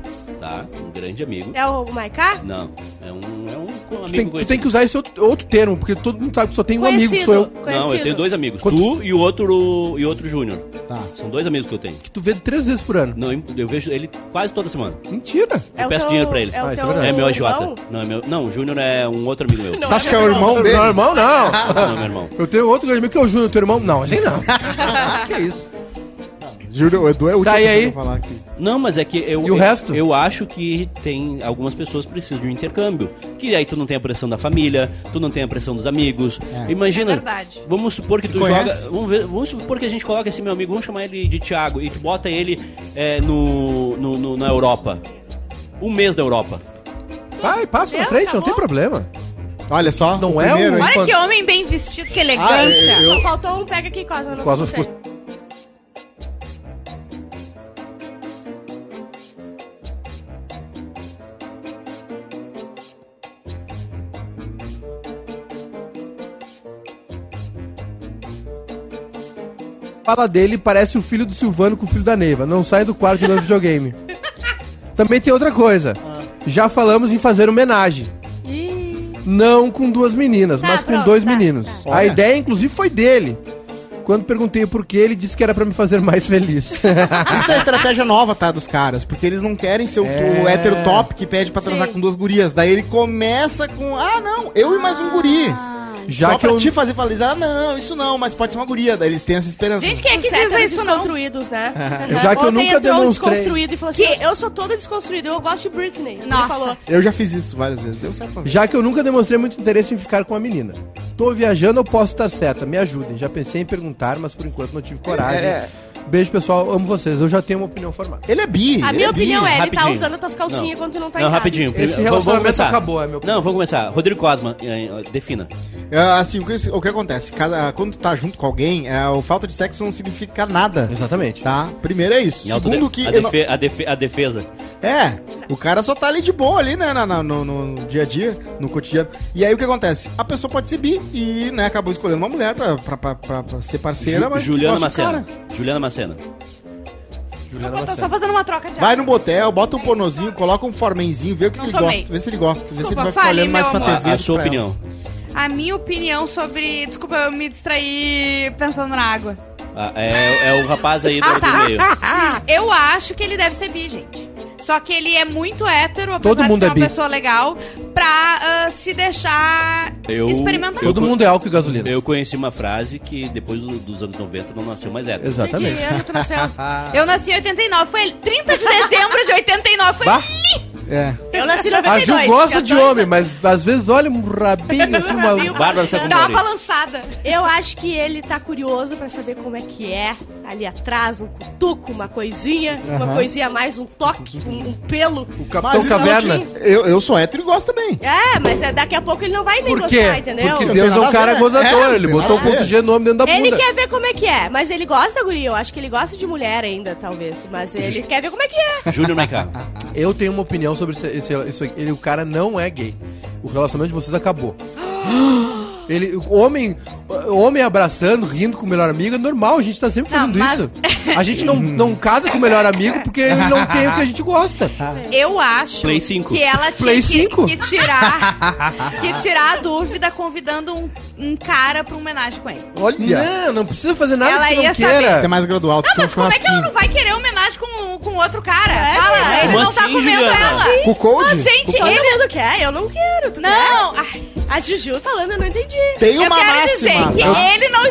tá? Um grande amigo.
É o Maiká?
Não, é um, é um amigo
Tu tem, tu
conhecido.
tem que usar esse outro, outro termo, porque todo mundo sabe que só tem um amigo que sou eu.
Conhecido.
Não, eu tenho dois amigos.
Quanto-
Tu e o outro, e outro Júnior.
Tá.
São dois amigos que eu tenho.
Que tu vê três vezes por ano.
Não, eu vejo ele quase toda semana.
Mentira.
É
Eu
o
peço
teu-
dinheiro pra ele.
É, o
Ah, isso é
teu
verdade.
É meu AJ.
irmão?
Não, é meu... não, o Júnior é um outro amigo
[LAUGHS]
meu.
Não,
Acho que é o irmão
Não,
dele.
irmão, não.
Não, é meu irmão.
Eu tenho outro grande amigo que é o Júnior, teu irmão. Não, a gente não. que isso?
Juro, o Edu é o último
Tá, e aí?
falar aqui.
Não, mas é que eu.
E o resto?
Eu acho que tem algumas pessoas que precisam de um intercâmbio. Que aí tu não tem a pressão da família, tu não tem a pressão dos amigos. Imagina.
É verdade.
Vamos supor que tu
conhece?
joga. Vamos, ver- vamos supor que a gente coloca esse meu amigo, vamos chamar ele de Thiago, e tu bota ele é, no, no- no- na Europa. Um mês da Europa.
Vai, passa na
Deu,
frente, não
acabou.
tem problema.
Olha só.
Não
o
é
primeiro,
um-
hein?
Olha
Enquanto-
que homem bem vestido, que
Ah,
elegância.
eu-
Só faltou um pega aqui, Cosma. não
Cosma
consegue.
ficou- Fala dele parece o filho do Silvano com o filho da Neiva. Não sai do quarto jogando videogame. Também tem outra coisa. Já falamos em fazer homenagem.
Ih,
Não com duas meninas,
Tá,
mas com
pronto,
dois
tá,
meninos.
tá.
A
Olha.
ideia, inclusive, foi dele. Quando perguntei o porquê, ele disse que era pra me fazer mais feliz.
Isso é a estratégia nova, tá, dos caras. Porque eles não querem ser o,
É.
o hétero top que pede pra transar
Sim.
com duas gurias. Daí ele começa com, ah, não, eu e mais um guri.
Ah.
Já
Só
que
pra
eu.
te fazer falar, ah, não, isso não, mas pode ser uma guria. Daí eles têm essa esperança.
Gente, quem é
que
que diz isso não?
desconstruídos, né?
[LAUGHS] Já que eu
Ontem
nunca
entrou um
demonstrei.
desconstruído e falou assim, eu sou todo desconstruído, eu gosto de Britney.
Nossa.
Ele falou,
Eu já fiz isso várias vezes. Deu certo pra mim.
Já que eu nunca demonstrei muito interesse em ficar com a menina. Tô viajando, eu posso estar certa. Me ajudem. Já pensei em perguntar, mas por enquanto não tive coragem.
É.
Beijo, pessoal. Amo vocês. Eu já tenho uma opinião formada.
Ele é bi. ele
a minha
é bi.
opinião é, ele tá
rapidinho.
usando tuas calcinhas
Não.
quando tu não tá em
Não,
casa.
rapidinho.
Esse
Vamos-
relacionamento
vamos começar.
acabou, é meu-
Não, vamos começar. Rodrigo Cosma, eh, defina.
É, assim, o que, o que acontece? Cada- quando tu tá junto com alguém, é, o falta de sexo não significa nada.
Exatamente.
Tá? Primeiro é isso.
Em autode-
Segundo que.
a,
eu não-
defe- a defe- a defesa.
É, o cara só tá ali de boa ali, né? na- na- no, no- no dia a dia, no cotidiano. E aí o que acontece? A pessoa pode ser bi e, né, acabou escolhendo uma mulher pra, pra- pra- pra- pra ser parceira,
Ju-
mas.
Juliana
gosta do
Macena. Juliana Macena.
Juliana
Eu tô
Marcelo.
só fazendo uma troca de
Vai no botel, bota um pornozinho, coloca um formenzinho, vê o que
Não
ele
tomei.
gosta, vê se ele gosta, vê se ele
Desculpa,
vai ficar
fale,
olhando mais
meu
pra
A,
amor.
TV.
a sua
pra ela.
opinião.
A minha opinião sobre. Desculpa, eu me distraí pensando na água.
Ah, é, é o rapaz aí do,
[LAUGHS] Ah,
do
tá.
meio.
Eu acho que ele deve ser bi, gente. Só que ele é muito hétero, apesar
Todo mundo
de ser
é
uma
bi.
pessoa legal, pra ah, se deixar
Eu-
experimentar.
eu-
Todo mundo é álcool e gasolina.
Eu conheci uma frase que depois do- dos anos 90 não nasceu mais hétero.
Que
Exatamente.
ano
[LAUGHS]
tu nasceu?
Eu nasci em 89, foi ele- 30 de dezembro de 89, foi
Bah.
É.
Eu nasci em
A
92.
Ju gosta
tinha
de
dois tá.
homem, mas às vezes olha um rabinho, assim, uma...
Rabinho
Bárbara
passando.
Dá uma
Maurício.
balançada.
Eu acho que ele tá curioso pra saber como é que é ali atrás, um cutuco, uma coisinha, uma
Aham.
coisinha a mais, um toque, um, um pelo.
o Capitão
isso
Caverna.
não
Eu, eu sou hétero e gosto também.
É, mas é, daqui a pouco ele não vai nem
Por quê?
gostar, entendeu?
Porque
Não
Deus é
tem nada
um
a
cara
ver, né? É,
gozador,
não
ele
tem
botou um o
nada a
ponto
ver.
G no homem dentro da
Ele
bunda.
quer ver como é que é, mas ele gosta da guria, eu acho que ele gosta de mulher ainda, talvez, mas ele quer ver como é que é.
Júnior Maiká.
Eu tenho uma opinião sobre esse, esse- isso aqui. Ele, o cara não é gay. O relacionamento de vocês acabou. [GASPS] Ele, o homem, o homem abraçando, rindo com o melhor amigo é normal, a gente tá sempre
Não,
fazendo
mas-
isso.
[LAUGHS]
A gente não, não casa com o melhor amigo porque ele não tem o que a gente gosta.
Eu acho
Play cinco.
que ela tinha
Play
que,
cinco?
[LAUGHS]
que tirar que tirar a dúvida convidando um, um cara pra homenagem com ele.
Olha.
Não, não precisa fazer nada
Ela
que tu não
ia
queira.
Isso é mais gradual, tu
Não,
tem um
mas como é que ela não
churrasquinho.
vai querer homenagem com, com outro cara?
É,
Fala,
é.
ele
Como
não tá
assim,
comendo
Juliana?
ela.
Com cold?
Ah, gente,
Todo
ele...
mundo quer, eu não quero, tu quer?
Não, ai,
A Juju falando, eu não entendi.
Tem uma
eu quero
máxima.
dizer que
tá?
ele
[LAUGHS]
não,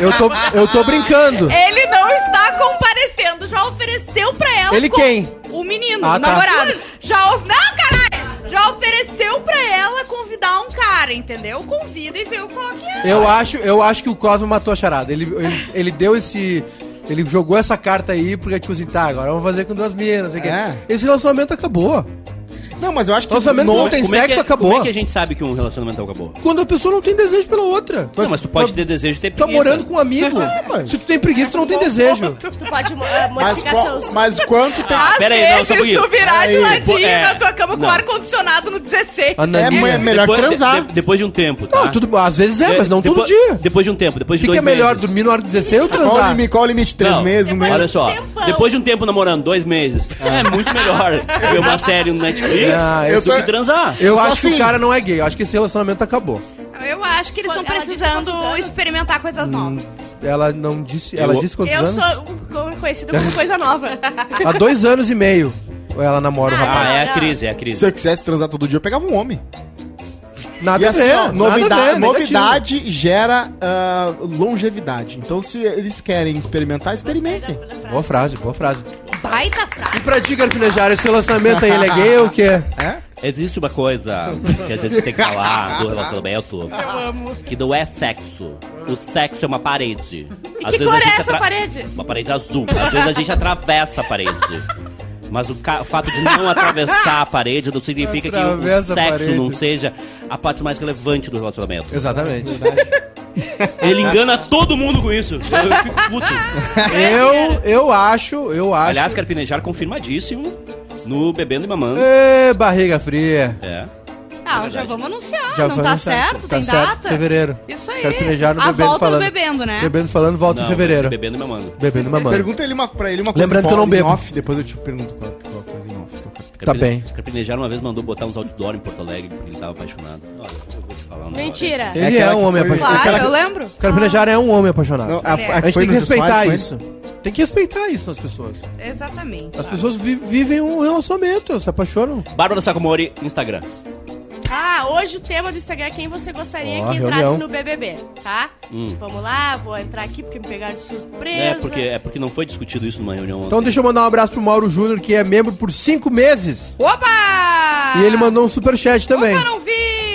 Eu tô, eu tô brincando.
ele não está comparecendo. Já ofereceu pra ela...
Ele
com-
quem?
O menino,
Ah, tá.
o namorado. Já of... Não, caralho! Já ofereceu pra ela convidar um cara, entendeu? Convida e vê o qual que é.
Eu acho, eu acho que o Cosmo matou a charada. Ele, ele, ele deu esse. Ele jogou essa carta aí porque, tipo assim, tá, agora vamos fazer com duas minas, não sei o quê.
É.
Esse relacionamento acabou.
é-
Não, mas eu acho que.
Lançamento [LAUGHS]
no-
não tem
é que-
sexo, acabou.
Como é que a gente sabe que um relacionamento acabou?
Quando a pessoa não tem desejo pela outra.
não, mas tu pode ter desejo de ter
Tá
preguiça.
morando com um amigo.
É,
Se tu tem preguiça, tu não tem desejo.
Tu pode eh,
Mas,
modificar
qual-
seus.
mas quanto
[LAUGHS]
tem.
Às
pera aí, não,
vezes
só um pouquinho.
tu virar de
Aí,
pô,
ladinho
é.
na tua cama com
Não.
ar-condicionado no 16.
é
Ananinha.
me- melhor
Depois-
transar.
de- de- depois de um tempo, tá?
Não, tudo, às vezes é, mas não
Depo-
todo dia.
Depois de um tempo, depois
O
de
que, que
dois
é melhor,
meses.
dormir no hora de 16 ou
Qual o
transar?
limite? Qual o limite? Três
Não,
meses, um mês?
Olha só,
Tempão.
depois de um tempo namorando, dois meses, é muito
[LAUGHS]
melhor ver uma série no Netflix
Ah,
eu
do
só-
que transar.
Eu
Só
acho que
assim.
o cara não é gay, eu acho que esse relacionamento acabou.
Eu acho que eles estão
Ela disse
precisando
quantos anos?
experimentar
Hum,
coisas novas.
é
Ela não disse. Ela
Eu-
disse quantos
Eu
anos?
sou um- co- conhecido como coisa nova.
[LAUGHS] Há dois anos e meio ela namora o
Ah,
Ah,
rapaz.
é a
não.
crise, é a
Se
crise.
eu quisesse transar todo dia, eu pegava um homem.
Nada
E
a
assim,
ver,
ó,
nada
novida-
a ver, negativo.
novidade gera ah, longevidade. Então, se eles querem experimentar, experimentem.
Boa frase, boa frase.
Baita frase.
E pra ti, Carpinejar, esse relacionamento aí, ele é gay ou o quê?
É?
Existe uma coisa que a gente tem que falar
[LAUGHS]
do relacionamento. Que não é sexo. O sexo é uma parede. Às
que
vezes a
cor é
gente
essa parede?
Uma parede azul. Às vezes a gente atravessa a parede. Mas o, ca- o fato de não atravessar a parede não significa que o- o
Atravessa a
sexo não
parede.
seja a parte mais relevante do relacionamento.
[LAUGHS] Exatamente.
Ele engana todo mundo com isso. Eu, eu fico puto.
eu, eu acho, eu acho.
Aliás, é Carpinejar confirmadíssimo no Bebendo e Mamando.
Ê, barriga fria.
É.
Ah, já vamos anunciar.
Já
não
foi
tá
anunciado.
certo?
Tá
tem
certo,
data?
fevereiro.
Isso aí.
Carpinejar no
a
bebendo
volta
falando.
do bebendo, né?
Bebendo falando, volta em
Não,
fevereiro.
mas Bebendo e Mamando.
Bebendo e mamando.
Pergunta ele uma, pra ele uma coisa
Lembrando que eu
fora,
não bebo.
em off, depois eu te pergunto qual, qual coisa em off.
Tá bem.
Carpinejar uma vez mandou botar uns outdoor em Porto Alegre porque ele tava apaixonado. Olha, eu vou te falar um negócio.
Mentira.
É
Ele é,
aquela
um
que
homem
foi-
apaixonado.
Claro,
Aquela-
eu lembro.
Carpinejar é um homem apaixonado.
Não, a- a que
A gente
foi
tem que
no Jô Soares,
respeitar
foi?
isso. Tem que respeitar isso nas pessoas.
Exatamente.
As pessoas vi- vivem um relacionamento, se apaixonam.
Bárbara Sacomori, Instagram.
Ah, hoje o tema do Instagram é quem você gostaria
Ó,
que entrasse
reunião.
no BBB, tá?
Hum.
Vamos lá, vou entrar aqui porque me pegaram de surpresa.
É porque, é porque não foi discutido isso numa reunião ontem.
Então deixa eu mandar um abraço pro Mauro Júnior, que é membro por cinco meses.
Opa!
E ele mandou um superchat
Opa,
também.
não vi!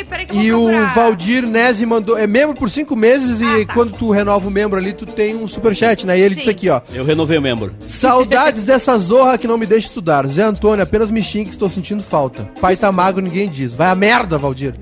Peraí que eu
E
vou
o
procurar.
Valdir Nese mandou. É membro por cinco meses e
Ah, tá.
quando tu renova o membro ali, tu tem um superchat, né? E ele
Sim.
disse aqui, ó.
Eu renovei o membro.
Saudades dessa zorra que não me deixa estudar. Zé Antônio, apenas me xingue que estou sentindo falta. Pai tá magro, ninguém diz. Vai a merda, Valdir.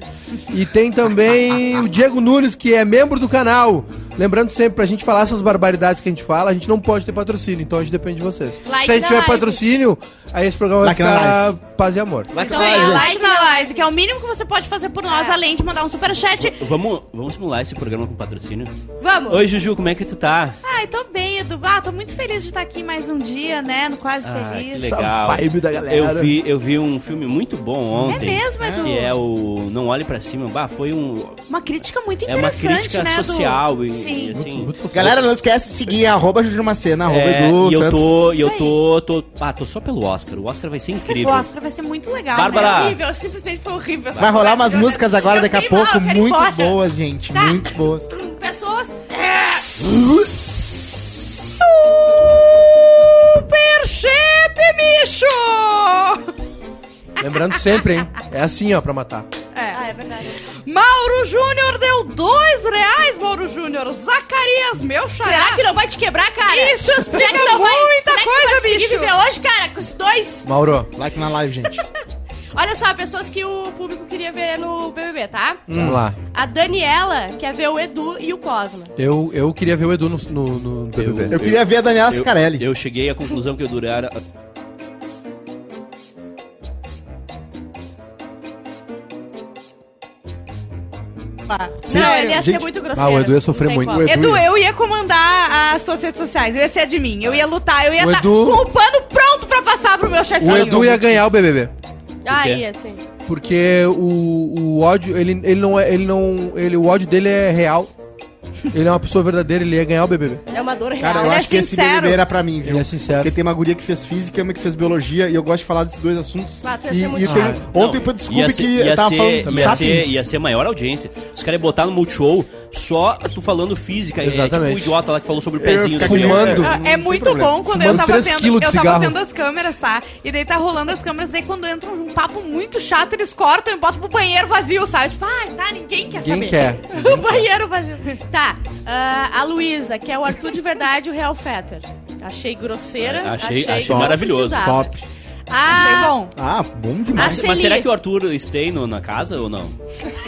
E tem também o Diego Nunes, que é membro do canal. Lembrando sempre, pra gente falar essas barbaridades que a gente fala, a gente não pode ter patrocínio, então a gente depende de vocês.
Like
Se a gente
na
tiver
live.
patrocínio, aí esse programa vai
Like na
ficar paz e amor.
Vai que
Então
vai,
é
gente.
like na live, que é o mínimo que você pode fazer por
É.
nós, além de mandar um superchat.
Vamos, vamos simular esse programa com patrocínio?
Vamos.
Oi, Juju, como é que tu tá?
Ai, tô bem, Edu. Ah, tô muito feliz de estar aqui mais um dia, né? No Quase
Ah, que
Feliz.
legal.
Essa vibe da galera.
Eu vi, eu vi um filme muito bom
É
ontem.
mesmo, Edu?
Que é o Não Olhe Pra Cima. Bah, foi um...
Uma crítica muito
É uma
interessante,
crítica
né, Edu?
social e, e
Sim.
assim...
Galera, não esquece de seguir arroba Juju Macena, arroba
É,
Edu
e eu
Santos.
tô, e eu
Isso
tô, tô, ah, tô só pelo Oscar. O Oscar vai ser incrível.
Nossa, vai ser muito legal,
Bárbara,
né?
Foi horrível, simplesmente foi horrível. essa
Vai rolar umas
conversa. Eu-
músicas agora
eu
daqui a
fiquei mal,
pouco
eu quero ir
muito
embora.
boas, gente. Muito boas.
Pessoas.
Superchete, bicho!
Lembrando sempre, hein? É assim, ó, pra matar.
Ah, é verdade.
Mauro Júnior deu dois reais, Mauro Júnior. Zacarias, meu xará.
Será que não vai te quebrar, cara?
Isso explica
Será que não vai,
muita
será que
coisa,
tu vai conseguir
bicho.
viver hoje, cara, com os dois?
Mauro,
Like na live, gente.
Olha só, pessoas que o público queria ver no BBB, tá?
Hum.
vamos lá.
A Daniela quer ver o Edu e o Cosma.
Eu, eu queria ver o Edu no, no, no BBB.
Eu queria ver a Daniela Sicarelli.
Eu cheguei à conclusão que eu durara.
não, ele ia ser
gente-
muito grosseiro.
Ah, o Edu ia sofrer
Não tem
muito.
como.
O
Edu, eu ia comandar as tuas redes sociais, eu ia ser admin, eu ia lutar, eu ia
O
estar
Edu-
com o pano pronto pra passar pro meu chefinho.
O Edu ia ganhar o BBB.
Ah,
quê?
ia, sim.
Porque o, o ódio, ele, ele não é. Ele não, ele, o ódio dele é real. Ele é uma pessoa verdadeira, ele ia ganhar o BBB.
É uma dor real.
Cara, eu
Ele é
acho que esse
sincero.
BBB era pra mim, viu?
Ele é sincero.
Porque tem uma guria que fez física e uma que fez biologia e eu gosto de falar desses dois assuntos.
Ah, tu ia
e,
ser muito
e tem-
chato.
Ontem eu
ia
descobri
ser-
que
ia
eu tava
ser,
falando
ia
sapiens.
ser, ia ser maior audiência. Os caras iam botar no Multishow só tu falando física. É,
Exatamente.
tipo o idiota lá que falou sobre o
Eu ia
pezinho.
ficar
que eu-
fumando.
Mando.
Ah, É muito
problema.
bom quando
Fumando
eu tava
três
vendo.
quilos de
Eu tava
cigarro.
vendo as câmeras, tá? E daí tá rolando as câmeras, daí quando entra um papo muito chato, eles cortam e botam pro banheiro vazio, sabe? Tipo, ah, tá, ninguém quer
Ninguém
saber.
[LAUGHS]
quer.
o banheiro vazio.
Tá, ah, a Luísa, que é o Arthur de verdade e o Real Fetter. Achei grosseira,
Achei-
achei,
achei
que não
maravilhoso.
precisava.
Top.
Ah,
bom.
Ah, bom demais.
Mas, mas
Celi.
será que o Arthur stay no- na casa ou não?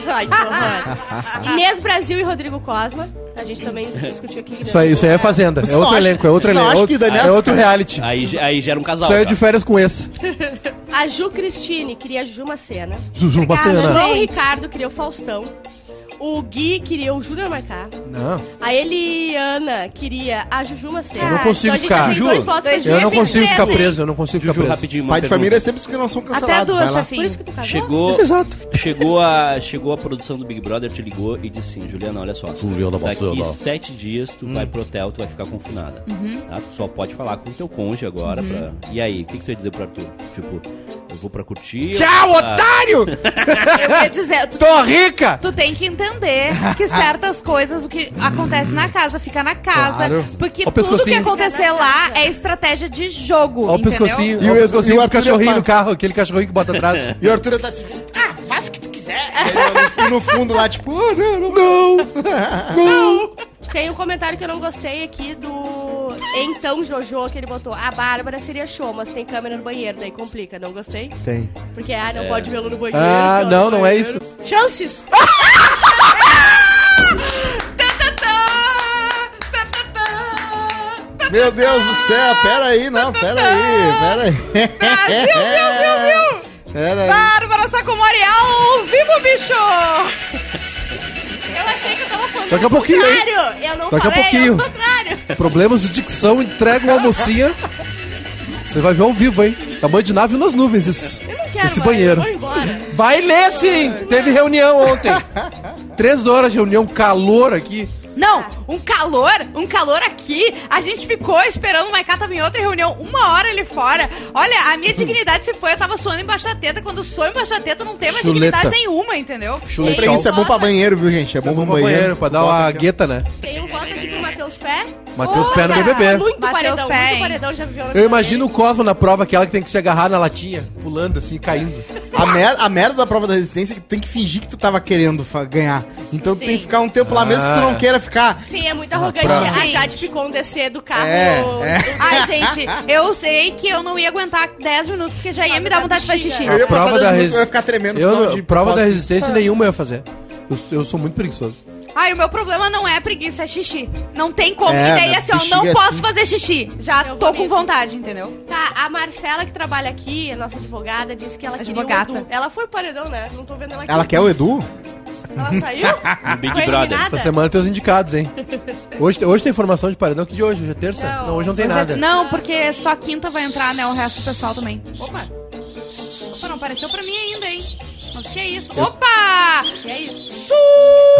Ai, que
[LAUGHS]
horror. Inês Brasil e Rodrigo Cosma. A gente também discutiu aqui.
Isso aí, isso aí é Fazenda.
Você
É outro
não acha-
elenco, é outro
você não
elenco. É
acha que o
outro,
Daniel-
é outro reality.
Aí, ge- aí gera um casal.
Só eu
é
cara.
de férias com esse.
A Ju Cristine queria a Juma Cena.
Juju
O
Bacena.
João Ricardo queria o Faustão. O Gui queria o Júnior Marcar.
Não.
A Eliana queria a Juju Macena.
Eu não
consigo
então a gente
ficar.
tem
Juju,
dois votos pra
eu
Juju
Eu não
Macena.
consigo ficar
Disney.
preso, eu não consigo
Juju,
ficar preso.
rapidinho, uma
Pai de
pergunta.
família é sempre os que não são
Até a
cancelados.
duas,
vai lá.
Por isso
chefinho.
que tu casou?
Chegou,
Exato.
chegou, a, chegou a produção do Big Brother, te ligou e disse assim, Juliana, olha só.
Juliana
Daqui
Bacena.
sete dias tu vai pro hotel, tu vai ficar confinada. Tá? Tu só pode falar com o teu cônjuge agora. pra- E aí, o que, que tu ia dizer pro Arthur? Tipo, eu vou pra curtir...
Tchau,
eu- Ah,
otário!
[LAUGHS]
Eu ia dizer, tu,
Tô rica!
tu tem que entender que certas coisas, o que acontece na casa, fica na casa.
Claro.
Porque
Ó o
tudo que
pescocinho.
acontecer lá é estratégia de jogo.
Ó o
entendeu?
pescocinho,
E
ó
o-
o pescocinho
e o
do cachorrinho
Arthur-
no carro, aquele cachorrinho que bota atrás.
[LAUGHS] E o Arthur tá tipo, ah, faz o que tu quiser. [LAUGHS] E no fundo lá, tipo, ah, não, não. não.
Tem um comentário que eu não gostei aqui do Então Jojo, que ele botou. A Bárbara seria show, mas tem câmera no banheiro, daí complica. Não gostei?
Tem.
Porque, ah, não pode ver no banheiro.
Ah,
pelo
não,
no
não é
banheiro. Chances!
Ah, tá.
Meu Deus do céu, pera aí, não, pera aí, pera aí. Meu Deus, meu Deus, Pera aí.
Bárbara Sacomori ao vivo, bicho!
Eu achei que eu tava falando
Daqui a pouquinho, hein?
contrário. Eu não
Daqui a
falei,
pouquinho.
ao contrário.
Problemas de dicção, entrega uma almocinha. Você vai ver ao vivo, hein? Tamanho de nave nas nuvens, esse,
Não quero
esse
mais,
banheiro.
eu vou embora.
Vai ler sim! Teve reunião ontem. Três horas de reunião, calor aqui.
Não, um calor, um calor aqui. A gente ficou esperando o Maiká tava em outra reunião, uma hora ali fora. Olha, a minha dignidade se foi, eu tava suando embaixo da teta. Quando sou embaixo da teta, não tem mais
Chuleta.
dignidade nenhuma, entendeu?
Chulé,
Tem
Pra
tchau.
isso é bom pra banheiro, viu, gente? É bom pra
Vamos
banheiro.
banheiro, banheiro pra dar uma gueta, né?
Tem um voto aqui pro Matheus Pé.
Matheus
Olha!
Pé no BBB.
Muito
Mateus
paredão,
Pé,
muito
hein?
paredão já viveu na
Eu
vida
imagino o
dele.
Cosmo na prova, aquela que tem que se agarrar na latinha, pulando assim, caindo.
A, mer a merda da prova da resistência é que tu tem que fingir que tu tava querendo fa- ganhar. Então tu tem que ficar um tempo lá mesmo que tu
Ah.
não queira ficar.
Sim, é muito arrogante.
pra-
A Jade ficou um descer do carro.
É, é.
Ai, gente, eu sei que eu não ia aguentar 10 minutos, porque já ia me dar vontade de fazer xixi.
Eu ia
ia passar
prova
dez
da
minutos, eu ia
resistência.
ficar tremendo, sinal de
Eu, prova da
propósito.
resistência nenhuma eu ia fazer. Eu, eu sou muito preguiçoso.
Ai, o meu problema não é preguiça, é xixi. Não tem como.
É,
e daí,
mas
assim, ó,
bexiga
não
é
posso
assim.
fazer xixi. Já
Eu
tô
vou
com
mesmo.
vontade,
é.
entendeu?
Tá, a Marcela que trabalha aqui, a nossa advogada, disse que ela
Advogata.
queria o Edu. Ela foi pro paredão, né? Não tô vendo ela aqui.
Ela quer o Edu?
Ela saiu?
No [LAUGHS] Big
Foi
Brother.
eliminada?
Essa semana tem os indicados, hein? Hoje, tem- hoje tem informação de paredão. Que de hoje? Hoje é terça?
Não,
Não, hoje não tem
Hoje é-
nada.
Não, porque só quinta vai entrar, né? O resto do pessoal também. Opa! Opa, não apareceu pra mim ainda, hein? Mas que é isso? Opa!
Que é isso.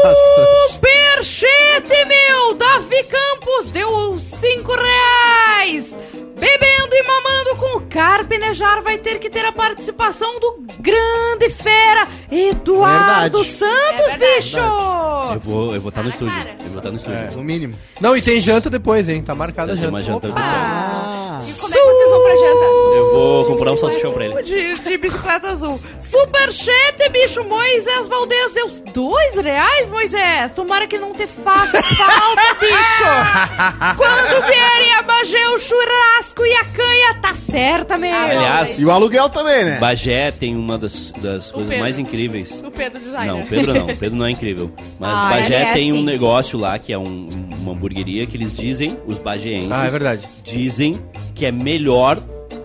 Nossa.
Superchete, meu! Davi Campos deu 5 reais! Bebendo e mamando com o Carpinejar vai ter que ter a participação do grande fera Eduardo
Verdade.
Santos,
É verdade.
bicho!
Eu vou, eu vou estar no
Tá na
estúdio.
cara.
Eu vou estar no estúdio.
É, no mínimo.
Não, e tem janta depois, hein? Tá marcada a
Eu tenho
janta.
uma janta depois.
Ah.
E como é que vocês vão pra janta?
Eu vou comprar um salsichão pra ele.
De, de bicicleta azul. Superchete, bicho! Moisés Valdez deu dois reais, Moisés! Tomara que não te
[LAUGHS]
faça falta, bicho! Quando vierem a Bagé, o churrasco e a canha, tá certa, meu!
Ah,
Aliás,
E o aluguel também,
É.
né?
Bagé tem uma das, das coisas
Pedro. né?
mais incríveis.
O Pedro Designer.
Não, o Pedro não, o Pedro não é incrível. Mas
Ah,
Bagé
ele é
tem um
sim.
negócio lá que é um- uma hamburgueria que eles dizem, os bagienses
Ah, é verdade.
dizem que é melhor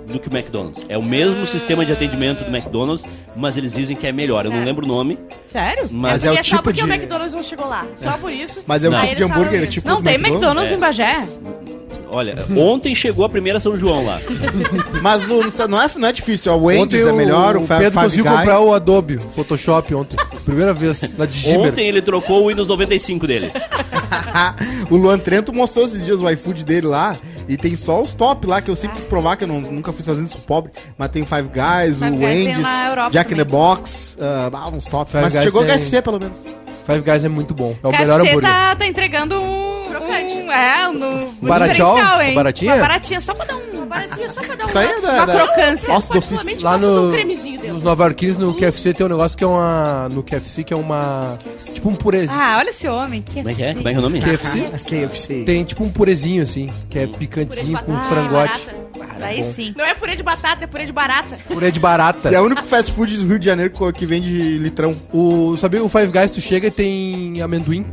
do que o McDonald's. É o mesmo sistema de atendimento do McDonald's, mas eles dizem que é melhor. Eu não lembro o nome,
Sério?
mas
É
E
o
é só
tipo
porque
de-
o McDonald's não chegou lá. Só por isso.
Mas é o
Não.
tipo de hambúrguer, tipo.
Não tem McDonald's
É.
em Bagé?
[LAUGHS]
olha, ontem chegou a primeira São João lá.
Mas no, no- não, é, não é difícil, ó, o Wendy's é
o-
melhor,
o,
o, Fa-
Pedro
Five
conseguiu
Guys.
comprar o Adobe, o Photoshop ontem. Primeira vez na Digimer.
Ontem ele trocou o Windows 95 dele.
[LAUGHS] o Luan Trento mostrou esses dias o iFood dele lá. E tem só os top lá, que eu sempre quis provar, que eu não- nunca fui sozinho, sou pobre. Mas tem o Five Guys,
Five
o
Guys tem
Wendy's,
na Europa
Jack in the
também.
Box, ah, ah, uns top.
Five
mas
Guys
chegou o
tem-
KFC, pelo menos.
Five Guys é muito bom. É o
KFC
melhor hambúrguer.
Tá, tá entregando um.
Crocante.
um- é, um, um
Baratol?
diferencial, hein?
Baratinha?
Uma baratinha, só pra dar um.
Baratinha, só pra dar um-
Isso aí é da-
Uma
da-
crocância.
Nossa, do ofício.
Particularmente,
Lá
gosto de um
no,
cremezinho dele.
nos Nova Arquins, no QFC, tem um negócio que é uma. No QFC, que é uma. Tipo um purezinho.
Ah, olha esse homem. Que assim.
Como é que é? Como é que é o nome?
QFC?
KFC.
Tem tipo um purezinho assim, que é picantezinho com frangote.
Tá
Aí sim.
Não é purê de batata, é purê de barata.
Purê de barata.
E É o único fast food do Rio de Janeiro co- que vende litrão.
O, sabe, o Five Guys, tu chega e tem amendoim,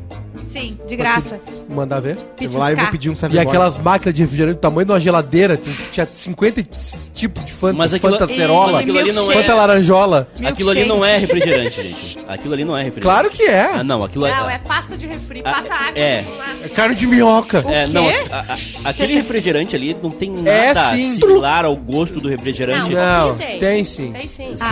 Sim, de graça.
mandar ver.
Eu vou lá e vou pedir um
E
Savoy.
aquelas máquinas de refrigerante do tamanho de uma geladeira, tem- tinha 50 t- tipos de Fanta,
Mas aquilo-
Fanta cerola,
aquilo ali não é-
Fanta laranjola.
Aquilo ali não é refrigerante, gente. Aquilo ali não é refrigerante.
Claro que é.
Ah, não, aquilo
Não, é pasta de refri, passa água.
é.
lá.
É carne de minhoca.
É,
quê?
não, a- a- aquele refrigerante ali não tem nada
É, sim.
similar ao gosto do refrigerante.
Não.
Não,
Tem.
tem sim.
Tem sim.
Ah,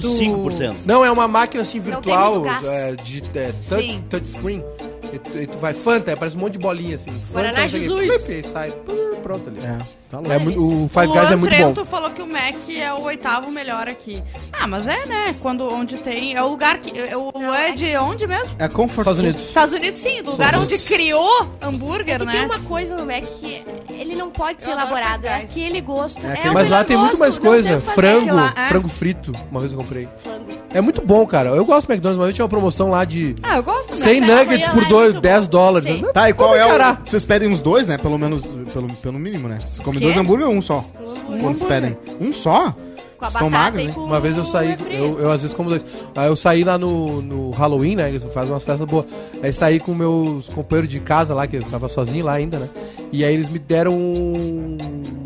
0,5%.
Não, é uma máquina assim
tem
virtual,
muito gás.
é, de é, touch,
Sim.
touchscreen. E tu, e tu vai Fanta, aí parece um monte de bolinha assim. Fanta,
Guaraná
não sei o quê,
Jesus.
plup, E sai, pum, pronto ali.
É, tá louco.
É muito- o Five
Luan
Guys é muito bom.
Trento falou que o Mac é o oitavo melhor aqui. Ah, mas é, né? Quando, onde tem... É o lugar que... é O Luan é de onde mesmo?
É comfort
Estados
food.
Unidos.
Estados Unidos, sim. Do lugar onde criou hambúrguer,
Porque tem
né?
uma coisa no Mac que ele não pode ser
Eu adoro
elaborado. É
French fries.
aquele gosto. É,
aquele-
o
Mas lá
melhor
tem muito
gosto,
mais
não tem o
coisa.
que fazer.
Frango,
lá, é.
frango frito, uma vez eu comprei.
Frango.
É muito bom, cara. Eu gosto do McDonald's, uma vez tinha uma promoção lá de
Ah, eu gosto, né?
100
Café da
nuggets
manhã
por
lá é
dois,
muito
10
bom.
dólares.
Sim.
Eu-
Tá, e qual
Como
é
encarar?
o... Vocês pedem uns dois, né? Pelo menos, pelo, pelo mínimo, né? Vocês comem
Quê?
dois hambúrguer ou um só? Quando vocês
hambúrguer.
pedem. Um só?
Com a
Vocês estão
batata
magros,
e
né?
com
Uma vez eu
o
saí,
refri.
eu, eu às vezes como dois. Aí eu saí lá no, no Halloween, né? Eles fazem umas festas boas. Aí saí com meus companheiros de casa lá, que eu tava sozinho lá ainda, né? E aí eles me deram um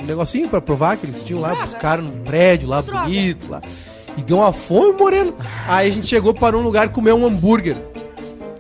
negocinho pra provar que eles tinham lá, buscaram num prédio lá
Droga.
bonito lá. E deu uma fome, Moreno. Aí a gente chegou para um lugar comer um hambúrguer.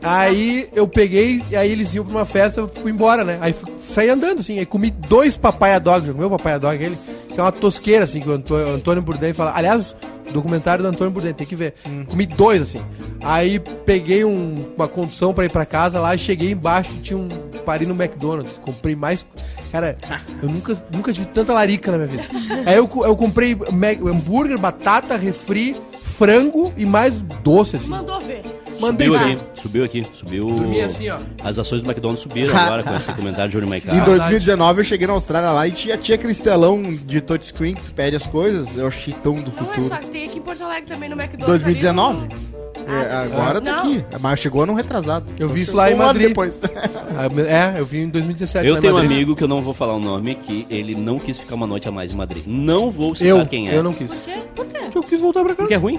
Aí eu peguei, e aí eles iam pra uma festa, eu fui embora, né? Aí fui- saí andando, assim, aí comi dois papaya dog, já comeu papaya dog, ele, que é uma tosqueira, assim, que o Anto- Antônio Bourdain fala. Aliás, documentário do Antônio Bourdain, tem que ver. Comi dois, assim. Aí peguei um- uma condução pra ir pra casa lá, cheguei embaixo, tinha um parei no McDonald's, comprei mais... Cara, eu nunca, nunca tive tanta larica na minha vida. Aí eu, co- eu comprei Mac- hambúrguer, batata, refri, frango e mais doce, assim.
Mandou ver.
Mandei
Subiu
lá.
aqui, subiu aqui, subiu.
Dormi assim, ó.
As ações do McDonald's
[LAUGHS]
subiram agora com esse comentário de Júlio
Em
Maiká.
dois-
2019 eu cheguei na Austrália lá e tinha, tinha aquele estelão de touchscreen que tu pede as coisas. Eu achei tão do
Não é
futuro.
só que tem aqui em Porto Alegre também no McDonald's.
2019?
ali
É, agora tá
Não.
aqui. Mas chegou ano retrasado.
Eu vi isso
Chegou
lá em
um ano
Madrid.
depois. [LAUGHS]
[LAUGHS] Ah, É, eu vi em 2017. lá
Eu
em
tenho um
Madrid.
amigo que eu não vou falar o nome, que ele não quis ficar uma noite a mais em Madrid. Não vou citar
Eu,
quem é.
eu não quis.
no- Por quê? Por quê?
Eu quis voltar pra casa.
Porque é ruim?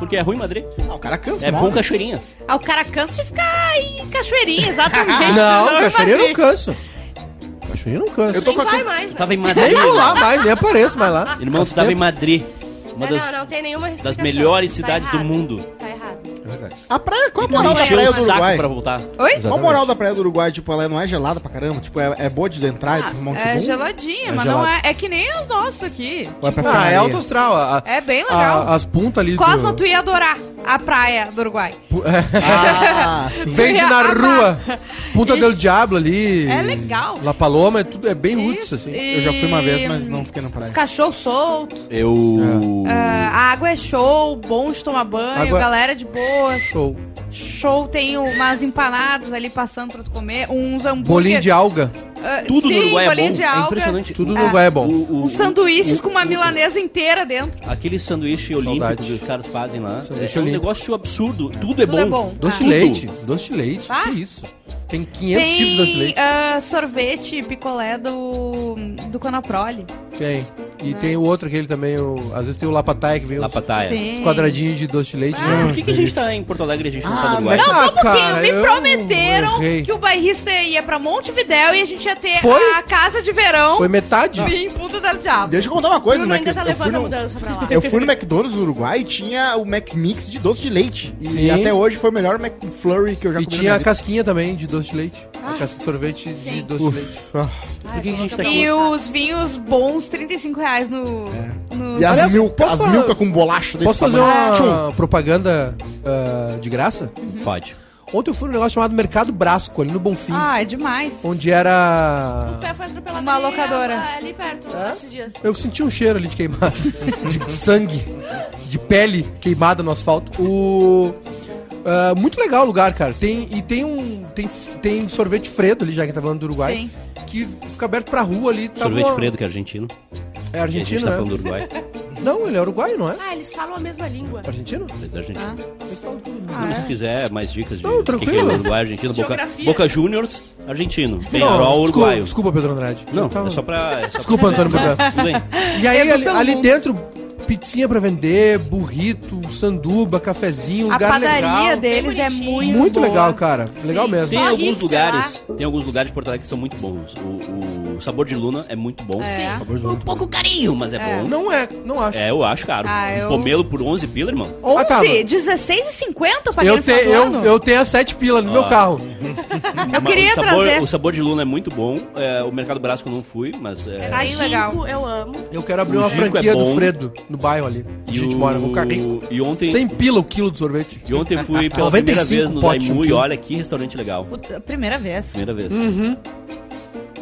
Porque é ruim Madrid.
Ah, o cara cansa.
É
mal,
bom
né?
cachoeirinha.
Ah, o cara cansa de ficar em cachoeirinha,
é
[LAUGHS]
exatamente.
Não, cachoeirinha eu não
Madrid.
canso. Cachoeirinha eu não canso.
Eu tô
Nem
com a...
vai
ca-
mais,
Eu
né?
tava em
Nem
Madrid.
vou lá mais, nem apareço mais lá.
Irmão, tá
Faz
tu tava em
tempo.
Madrid. Uma
É,
das,
não, não tem nenhuma
das
explicação.
melhores
Tá
cidades do
errado.
mundo.
Tá errado.
É verdade. A praia, qual a moral da
Encheu
praia
o
do
saco
Uruguai?
pra voltar.
É.
Oi?
Qual a
Exatamente.
moral da praia do Uruguai? Tipo, ela não é gelada pra caramba? Tipo, é, é boa de entrar e
Ah,
tomar um monte
é
de
geladinha,
É
mas
gelado.
não é. É que nem os nossos aqui.
Ou é pra ficar na
Ah, é
areia?
alto astral. a- a-
É bem legal.
Ah, a- as pontas ali.
Cosmo, tu
do...
ia adorar a praia do Uruguai.
Ah, sim.
Vende
ia
na
amar.
rua.
[LAUGHS]
Punta
E-
del Diablo ali.
É legal.
La Paloma, é tudo é bem roots,
Isso,
assim.
e-
Eu já fui uma vez, mas não fiquei na
Os
praia.
cachorros soltos,
Eu.
ah, a água é show, bom de tomar banho,
Água-
galera de boa.
Show.
Show, tem umas empanadas ali passando pra tu comer, uns hambúrguer.
Bolinho de alga.
ah,
Tudo
sim,
no Uruguai é
bolinho
bom.
de
É
alga,
impressionante.
Tudo
O-
Ah.
no Uruguai é bom.
o- o-
Uns sanduíches
o-
com uma
o-
milanesa inteira dentro.
Aquele sanduíche olímpico
Saudade.
que os caras fazem lá.
Sanduíche
é um
olímpico.
negócio absurdo. Tudo é
Tudo é
bom.
bom.
Doce de
Tudo.
leite. Doce de leite.
Ah.
Que isso? Tem 500 tipos de doce de
Tem
leite.
ah, sorvete e picolé do, do Conaprole.
Tem. E tem o outro, aquele também, o... às vezes tem o Lapataya que vem
La
os,
pataia.
os
Sim.
quadradinhos Ah, é. de doce de leite.
Ah,
né?
por que, que a gente tá em Porto Alegre e a gente não tá
Ah,
no Uruguai?
mas-
Não, só
Ah,
um pouquinho.
cara, eu
Me prometeram
errei.
que o bairrista ia pra Montevidéu e a gente ia ter
Foi?
a casa de verão
Foi metade?
em Punta del Diabo.
Deixa eu contar uma coisa,
Bruno
né? que
ainda tá
eu fui
levando a
no-
mudança pra lá.
Eu fui no McDonald's do Uruguai e tinha o McMix de doce de leite. E
Sim.
até hoje foi o melhor McFlurry que eu já
E
comi. na
tinha
minha
a
vida.
casquinha também de doce de leite. a casca de sorvete de doce de leite.
Ufa.
Por que, que a gente tá aqui?
E os vinhos bons, 35 reais no.
É.
no-
E as,
Aliás,
milka,
posso
as
falar-
milka com bolacha desse
Posso fazer
tamanho.
uma propaganda ah, de graça?
Pode.
Ontem eu fui num negócio chamado Mercado Brasco, ali no Bonfim.
Ah, é demais.
Onde era...
O pé foi atropelado
Uma
ali,
locadora.
ah, ali perto, esses dias.
Eu senti um cheiro ali de queimado, [LAUGHS] de sangue, de pele queimada no asfalto. O. Ah, muito legal o lugar, cara. Tem, e tem um. Tem, tem sorvete Fredo ali, já que tá falando do Uruguai.
Sim.
Que fica aberto pra rua ali. Tá
Sorvete
uma-
Fredo, que é argentino. E
É
a gente
argentino,
tá
né?
falando do Uruguai.
Não, ele é uruguaio, não é?
Ah, eles falam a mesma língua.
Argentino?
mas é Da Argentina.
Eles falam tudo.
Ah,
Se
é?
quiser mais dicas de
Não,
o que que é
tranquilo.
Uruguai, Argentina, Boca,
Geografia.
Boca Juniors, Argentino.
desculpa,
Penharol, Uruguaio.
Desculpa, Pedro Andrade.
Não,
Eu tava-
é só pra. É só
Desculpa, Antônio, por
pra...
[LAUGHS]
Tudo bem.
E aí,
Pedro
ali,
pelo
ali
mundo.
dentro, pizzinha pra vender, burrito, sanduba, cafezinho,
A
lugar
padaria
legal.
deles é
Bonitinho.
muito
Muito
boa.
legal, cara. Legal
Sim.
mesmo.
Tem
Só
alguns
hipster
lugares, tem alguns lugares de Porto Alegre que são muito bons. O, o sabor de Luna é muito bom.
É.
Sim.
Foi Um pouco carinho, mas é,
É.
bom.
Não é, não acho.
É, eu acho caro.
Ah, eu-
Um pomelo por 11 pila, irmão.
11,
Ah, tá, mas-
16 e 50 pra
Eu, te,
tá
eu,
ano.
eu tenho as sete pila no meu
Ó.
carro.
[LAUGHS] Eu
Mas
queria
o um sabor,
trazer.
O sabor de Luna é muito bom. É, o Mercado Brasco eu não fui, mas... é,
A
Bem legal.
Gico, eu amo.
Eu quero abrir
O
uma
Gico é
franquia do
bom.
Fredo no bairro ali. A
e
gente
o-
mora, vou ficar rico.
E ontem...
Sem pila o quilo de sorvete.
E ontem fui pela primeira
95
vez no
pote, um
Daimu e
quilo.
olha que restaurante legal.
Puta, Primeira vez.
Primeira vez.
Hum.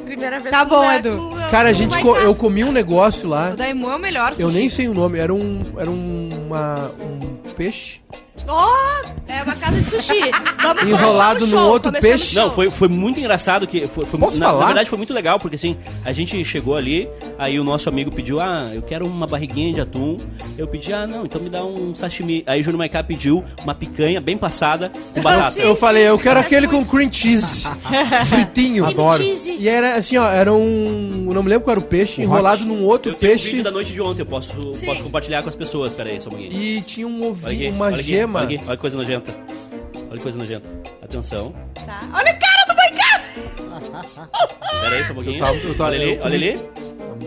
Primeira vez
Tá
que
bom,
eu-
Edu.
eu-
Cara, a
eu-
gente
vai
co-
tá.
eu comi um negócio lá,
O Daimu é o melhor. sushi.
eu nem sei o nome, era um era um- uma, um peixe.
Ó, é uma casa de sushi. Vamos começar
Enrolado
no
num
show,
outro
começamos
peixe.
no
Não,
show.
foi, foi muito engraçado que foi, foi-
Posso
na, na
falar?
verdade foi muito legal, porque assim, a gente chegou ali, aí o nosso amigo pediu: "Ah, eu quero uma barriguinha de atum". Eu pedi: "Ah, não, então me dá um sashimi". Aí o Júnior Maiká pediu uma picanha bem passada
[LAUGHS]
com batata.
Sim,
Eu
sim,
falei, eu quero
parece
aquele com
muito.
cream
[LAUGHS]
cheese. Fritinho.
Adoro. cheese.
E era assim, ó, era um. eu Não me lembro qual era o peixe, enrolado num outro
Eu tenho um
peixe.
vídeo da noite de ontem, eu posso,
Sim.
posso compartilhar com as pessoas. Pera aí, só um pouquinho.
E tinha um
Olha
ovinho,
aqui,
uma
olha aqui,
gema.
Olha, aqui, olha que coisa nojenta. Olha que coisa nojenta. Atenção.
Tá. Olha a cara do Maicá!
Pera aí, só um pouquinho.
Eu tava- eu tava-
olha ali, olha
eu comi-
ali.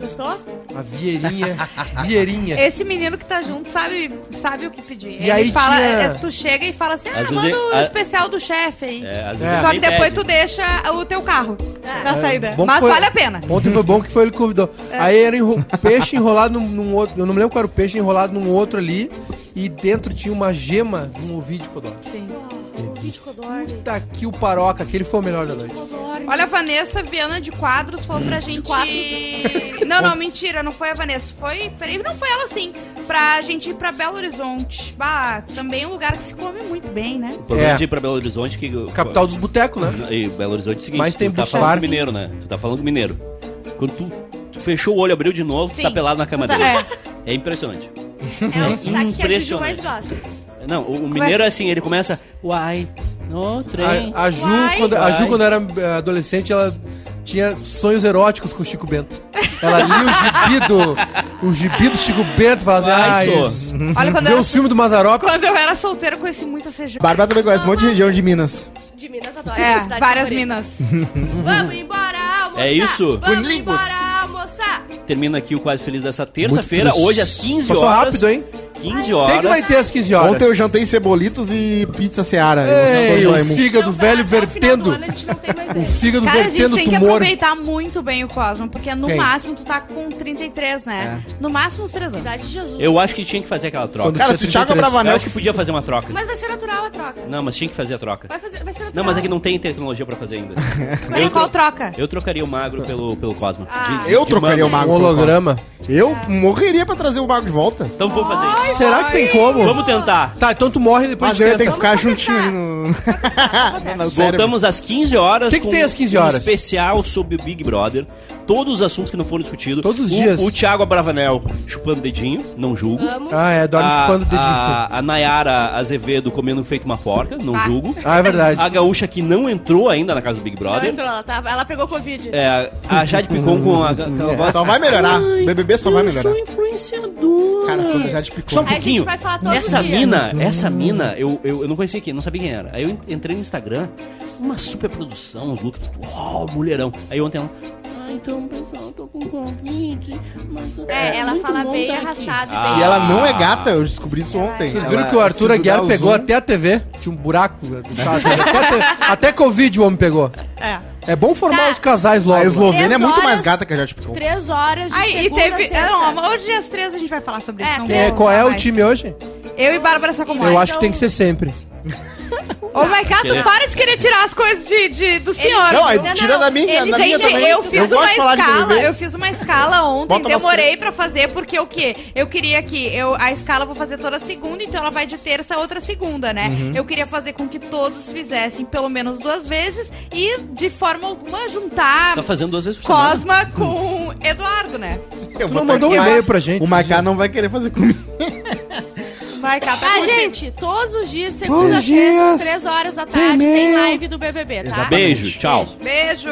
Gostou?
A vieirinha. [LAUGHS] vieirinha.
Esse menino que tá junto sabe, sabe o que pedir.
É. E
Ele
aí
fala,
tinha-
é, tu chega e fala assim, ah,
Às vezes
manda o
é- a-
especial do chefe aí.
É, às
É.
vezes
Só
nem
que depois
pede.
tu deixa o teu carro na saída.
Bom que
Mas
foi-
vale a pena.
Ontem foi bom que foi ele que convidou. Aí era enro- peixe enrolado num, num outro. Eu não me lembro qual era o peixe enrolado num outro ali. E dentro tinha uma gema de um ovinho de codorna.
O vídeo Codorne.
Tá aqui o paroca, aquele foi o melhor da noite.
Olha, a Vanessa Viana de Quadros falou pra gente.
quatro.
Não, não, mentira, não foi a Vanessa. Foi. Peraí, não foi ela sim. Pra gente ir pra Belo Horizonte. Bah, também é um lugar que se come muito bem, né?
O problema
É.
de ir pra Belo Horizonte é que...
Capital dos botecos, né?
E Belo Horizonte é o seguinte,
Mas tem
tu tá
bucha
falando
bar.
com mineiro, né? Tu tá falando com mineiro. Quando tu, tu fechou o olho, abriu de novo, tu tá
Sim.
pelado na cama
Tá-
dele.
é.
É impressionante.
É o destaque que a Juju
Impressionante.
mais gosta.
Não, o, o mineiro é assim, ele começa... Uai, no trem...
A, a Ju,
Uai.
quando, a Ju,
Uai.
quando era eh, adolescente, ela tinha sonhos eróticos com o Chico Bento. Ela lia o gibi do, o gibi do Chico Bento e falava
Vai,
assim, ah,
só.
isso.
Olha, quando
Vê
eu,
os filmes do Mazarop.
quando eu era solteira, eu conheci muita CG.
Bárbara também conhece um monte de região de Minas.
De Minas adora.
É,
minha cidade
várias
favorita.
minas.
Vamos embora almoçar.
É isso?
Vamos
Unilingos.
embora almoçar.
Termina aqui o Quase Feliz dessa terça-feira,
é. Muito
hoje às
triste.
15
Passou
horas.
rápido, hein?
15
Quem é que vai
horas.
ter às 15 horas?
Ontem eu jantei cebolitos e pizza Seara.
Ei,
Eu
o
sou do Doraemon.
fígado
Não,
velho
até o final do
vertendo.
ano a gente não tem mais
O
[LAUGHS]
ele.
fígado
Cara, a gente
vertendo
tem que
tumor.
aproveitar muito bem o Cosmo, porque no
Tem.
máximo tu tá com 33, né? No máximo uns 3 anos.
Cidade de Jesus.
Eu acho que tinha que fazer aquela troca.
Quando-
Cara, se o Thiago é né,
Eu
Bravanel
acho que podia fazer uma troca.
Mas vai ser natural a troca.
Não, mas tinha que fazer a troca.
Vai, fazer, vai ser natural.
Não, mas é que não tem tecnologia pra fazer
[LAUGHS]
ainda.
Mas
Eu
qual
tro-
troca?
Eu trocaria o magro pelo, pelo Cosmo.
Ah.
Eu trocaria
mano.
o magro.
Um holograma.
Eu morreria pra trazer o Mago de volta.
Então vamos fazer isso.
Será que tem como?
Vamos tentar.
Tá, então tu morre e depois
Mas eu ia ter que
tenta.
ficar
só
juntinho
pensar.
no. no cérebro.
Voltamos às 15 horas.
O É que que
com
tem às 15 horas?
Um especial sobre o Big Brother. Todos os assuntos que não foram discutidos.
Todos os
o,
dias.
O Thiago Abravanel chupando dedinho, não julgo.
Amo.
Ah, é, dorme chupando o
ah.
dedinho.
a, a Nayara Azevedo comendo feito uma porca, não
Ah.
julgo.
Ah, é verdade.
A Gaúcha que não entrou ainda na casa do Big
Não
Brother.
entrou, ela, tá, ela pegou Covid.
É, a Jade Picon com a, aquela voz.
É, Só vai melhorar. BBB só vai melhorar.
influenciadora.
Cara, toda Jade Picon.
Só um
Aí a gente
pouquinho.
vai falar todos
Essa
os dias.
mina, essa mina, eu, eu, eu não conhecia quem, não sabia quem era. Aí eu en- entrei no Instagram, uma super produção, uns looks, tudo, uau, mulherão. Aí ontem ela. Ah, então, pessoal, eu tô com Covid, mas...
É, ela
muito
fala
bom
bem
tá aqui."
arrastado e
Ah.
bem-
E ela não é gata, eu descobri isso ontem.
Vocês
Ela-
viram que o
ah, se
Arthur
tu
Aguiar
dá o
pegou
zoom-
até a TV? Tinha um buraco. né,
[LAUGHS]
do cara. até, até Covid o homem pegou. É. É bom formar
Tá.
os casais logo. né?
A Eslovênia é
Três
muito mais
horas-
gata que a Jade Picon.
Três horas de
Aí, e
segunda a
teve.
sexta.
Não, hoje às 3 a gente vai falar sobre isso.
É,
não
Quem é-
vou
qual é
falar
o
mais.
time hoje?
Eu e Bárbara Sacomori.
Eu
Ah,
acho que
então-
tem que ser sempre.
Oh my god, tu para de querer tirar as coisas de, de- do senhor.
Não, aí
viu?
não,
tira
não.
da minha,
Ele- é
da minha
Gente,
também.
eu fiz
gosto
uma
de falar de
escala,
BBB.
eu fiz uma escala ontem,
Bota umas
demorei
três.
pra fazer, porque o quê? Eu queria que eu a escala eu vou fazer toda segunda, então ela vai de terça a outra segunda, né?
Uhum.
Eu queria fazer com que todos fizessem pelo menos duas vezes e de forma alguma juntar
Tá fazendo duas vezes por semana.
Cosma
né? Hum.
com Eduardo, né?
Tu
Eu
não
vou
mandou um
taquear.
e-mail pra gente?
O Maicá não vai querer fazer comigo.
Vai cá,
Tá, gente, todos os dias, segunda, a sexta, às
dias.
3 horas da tarde, tem live do BBB, tá?
Beijo, tchau.
Beijo.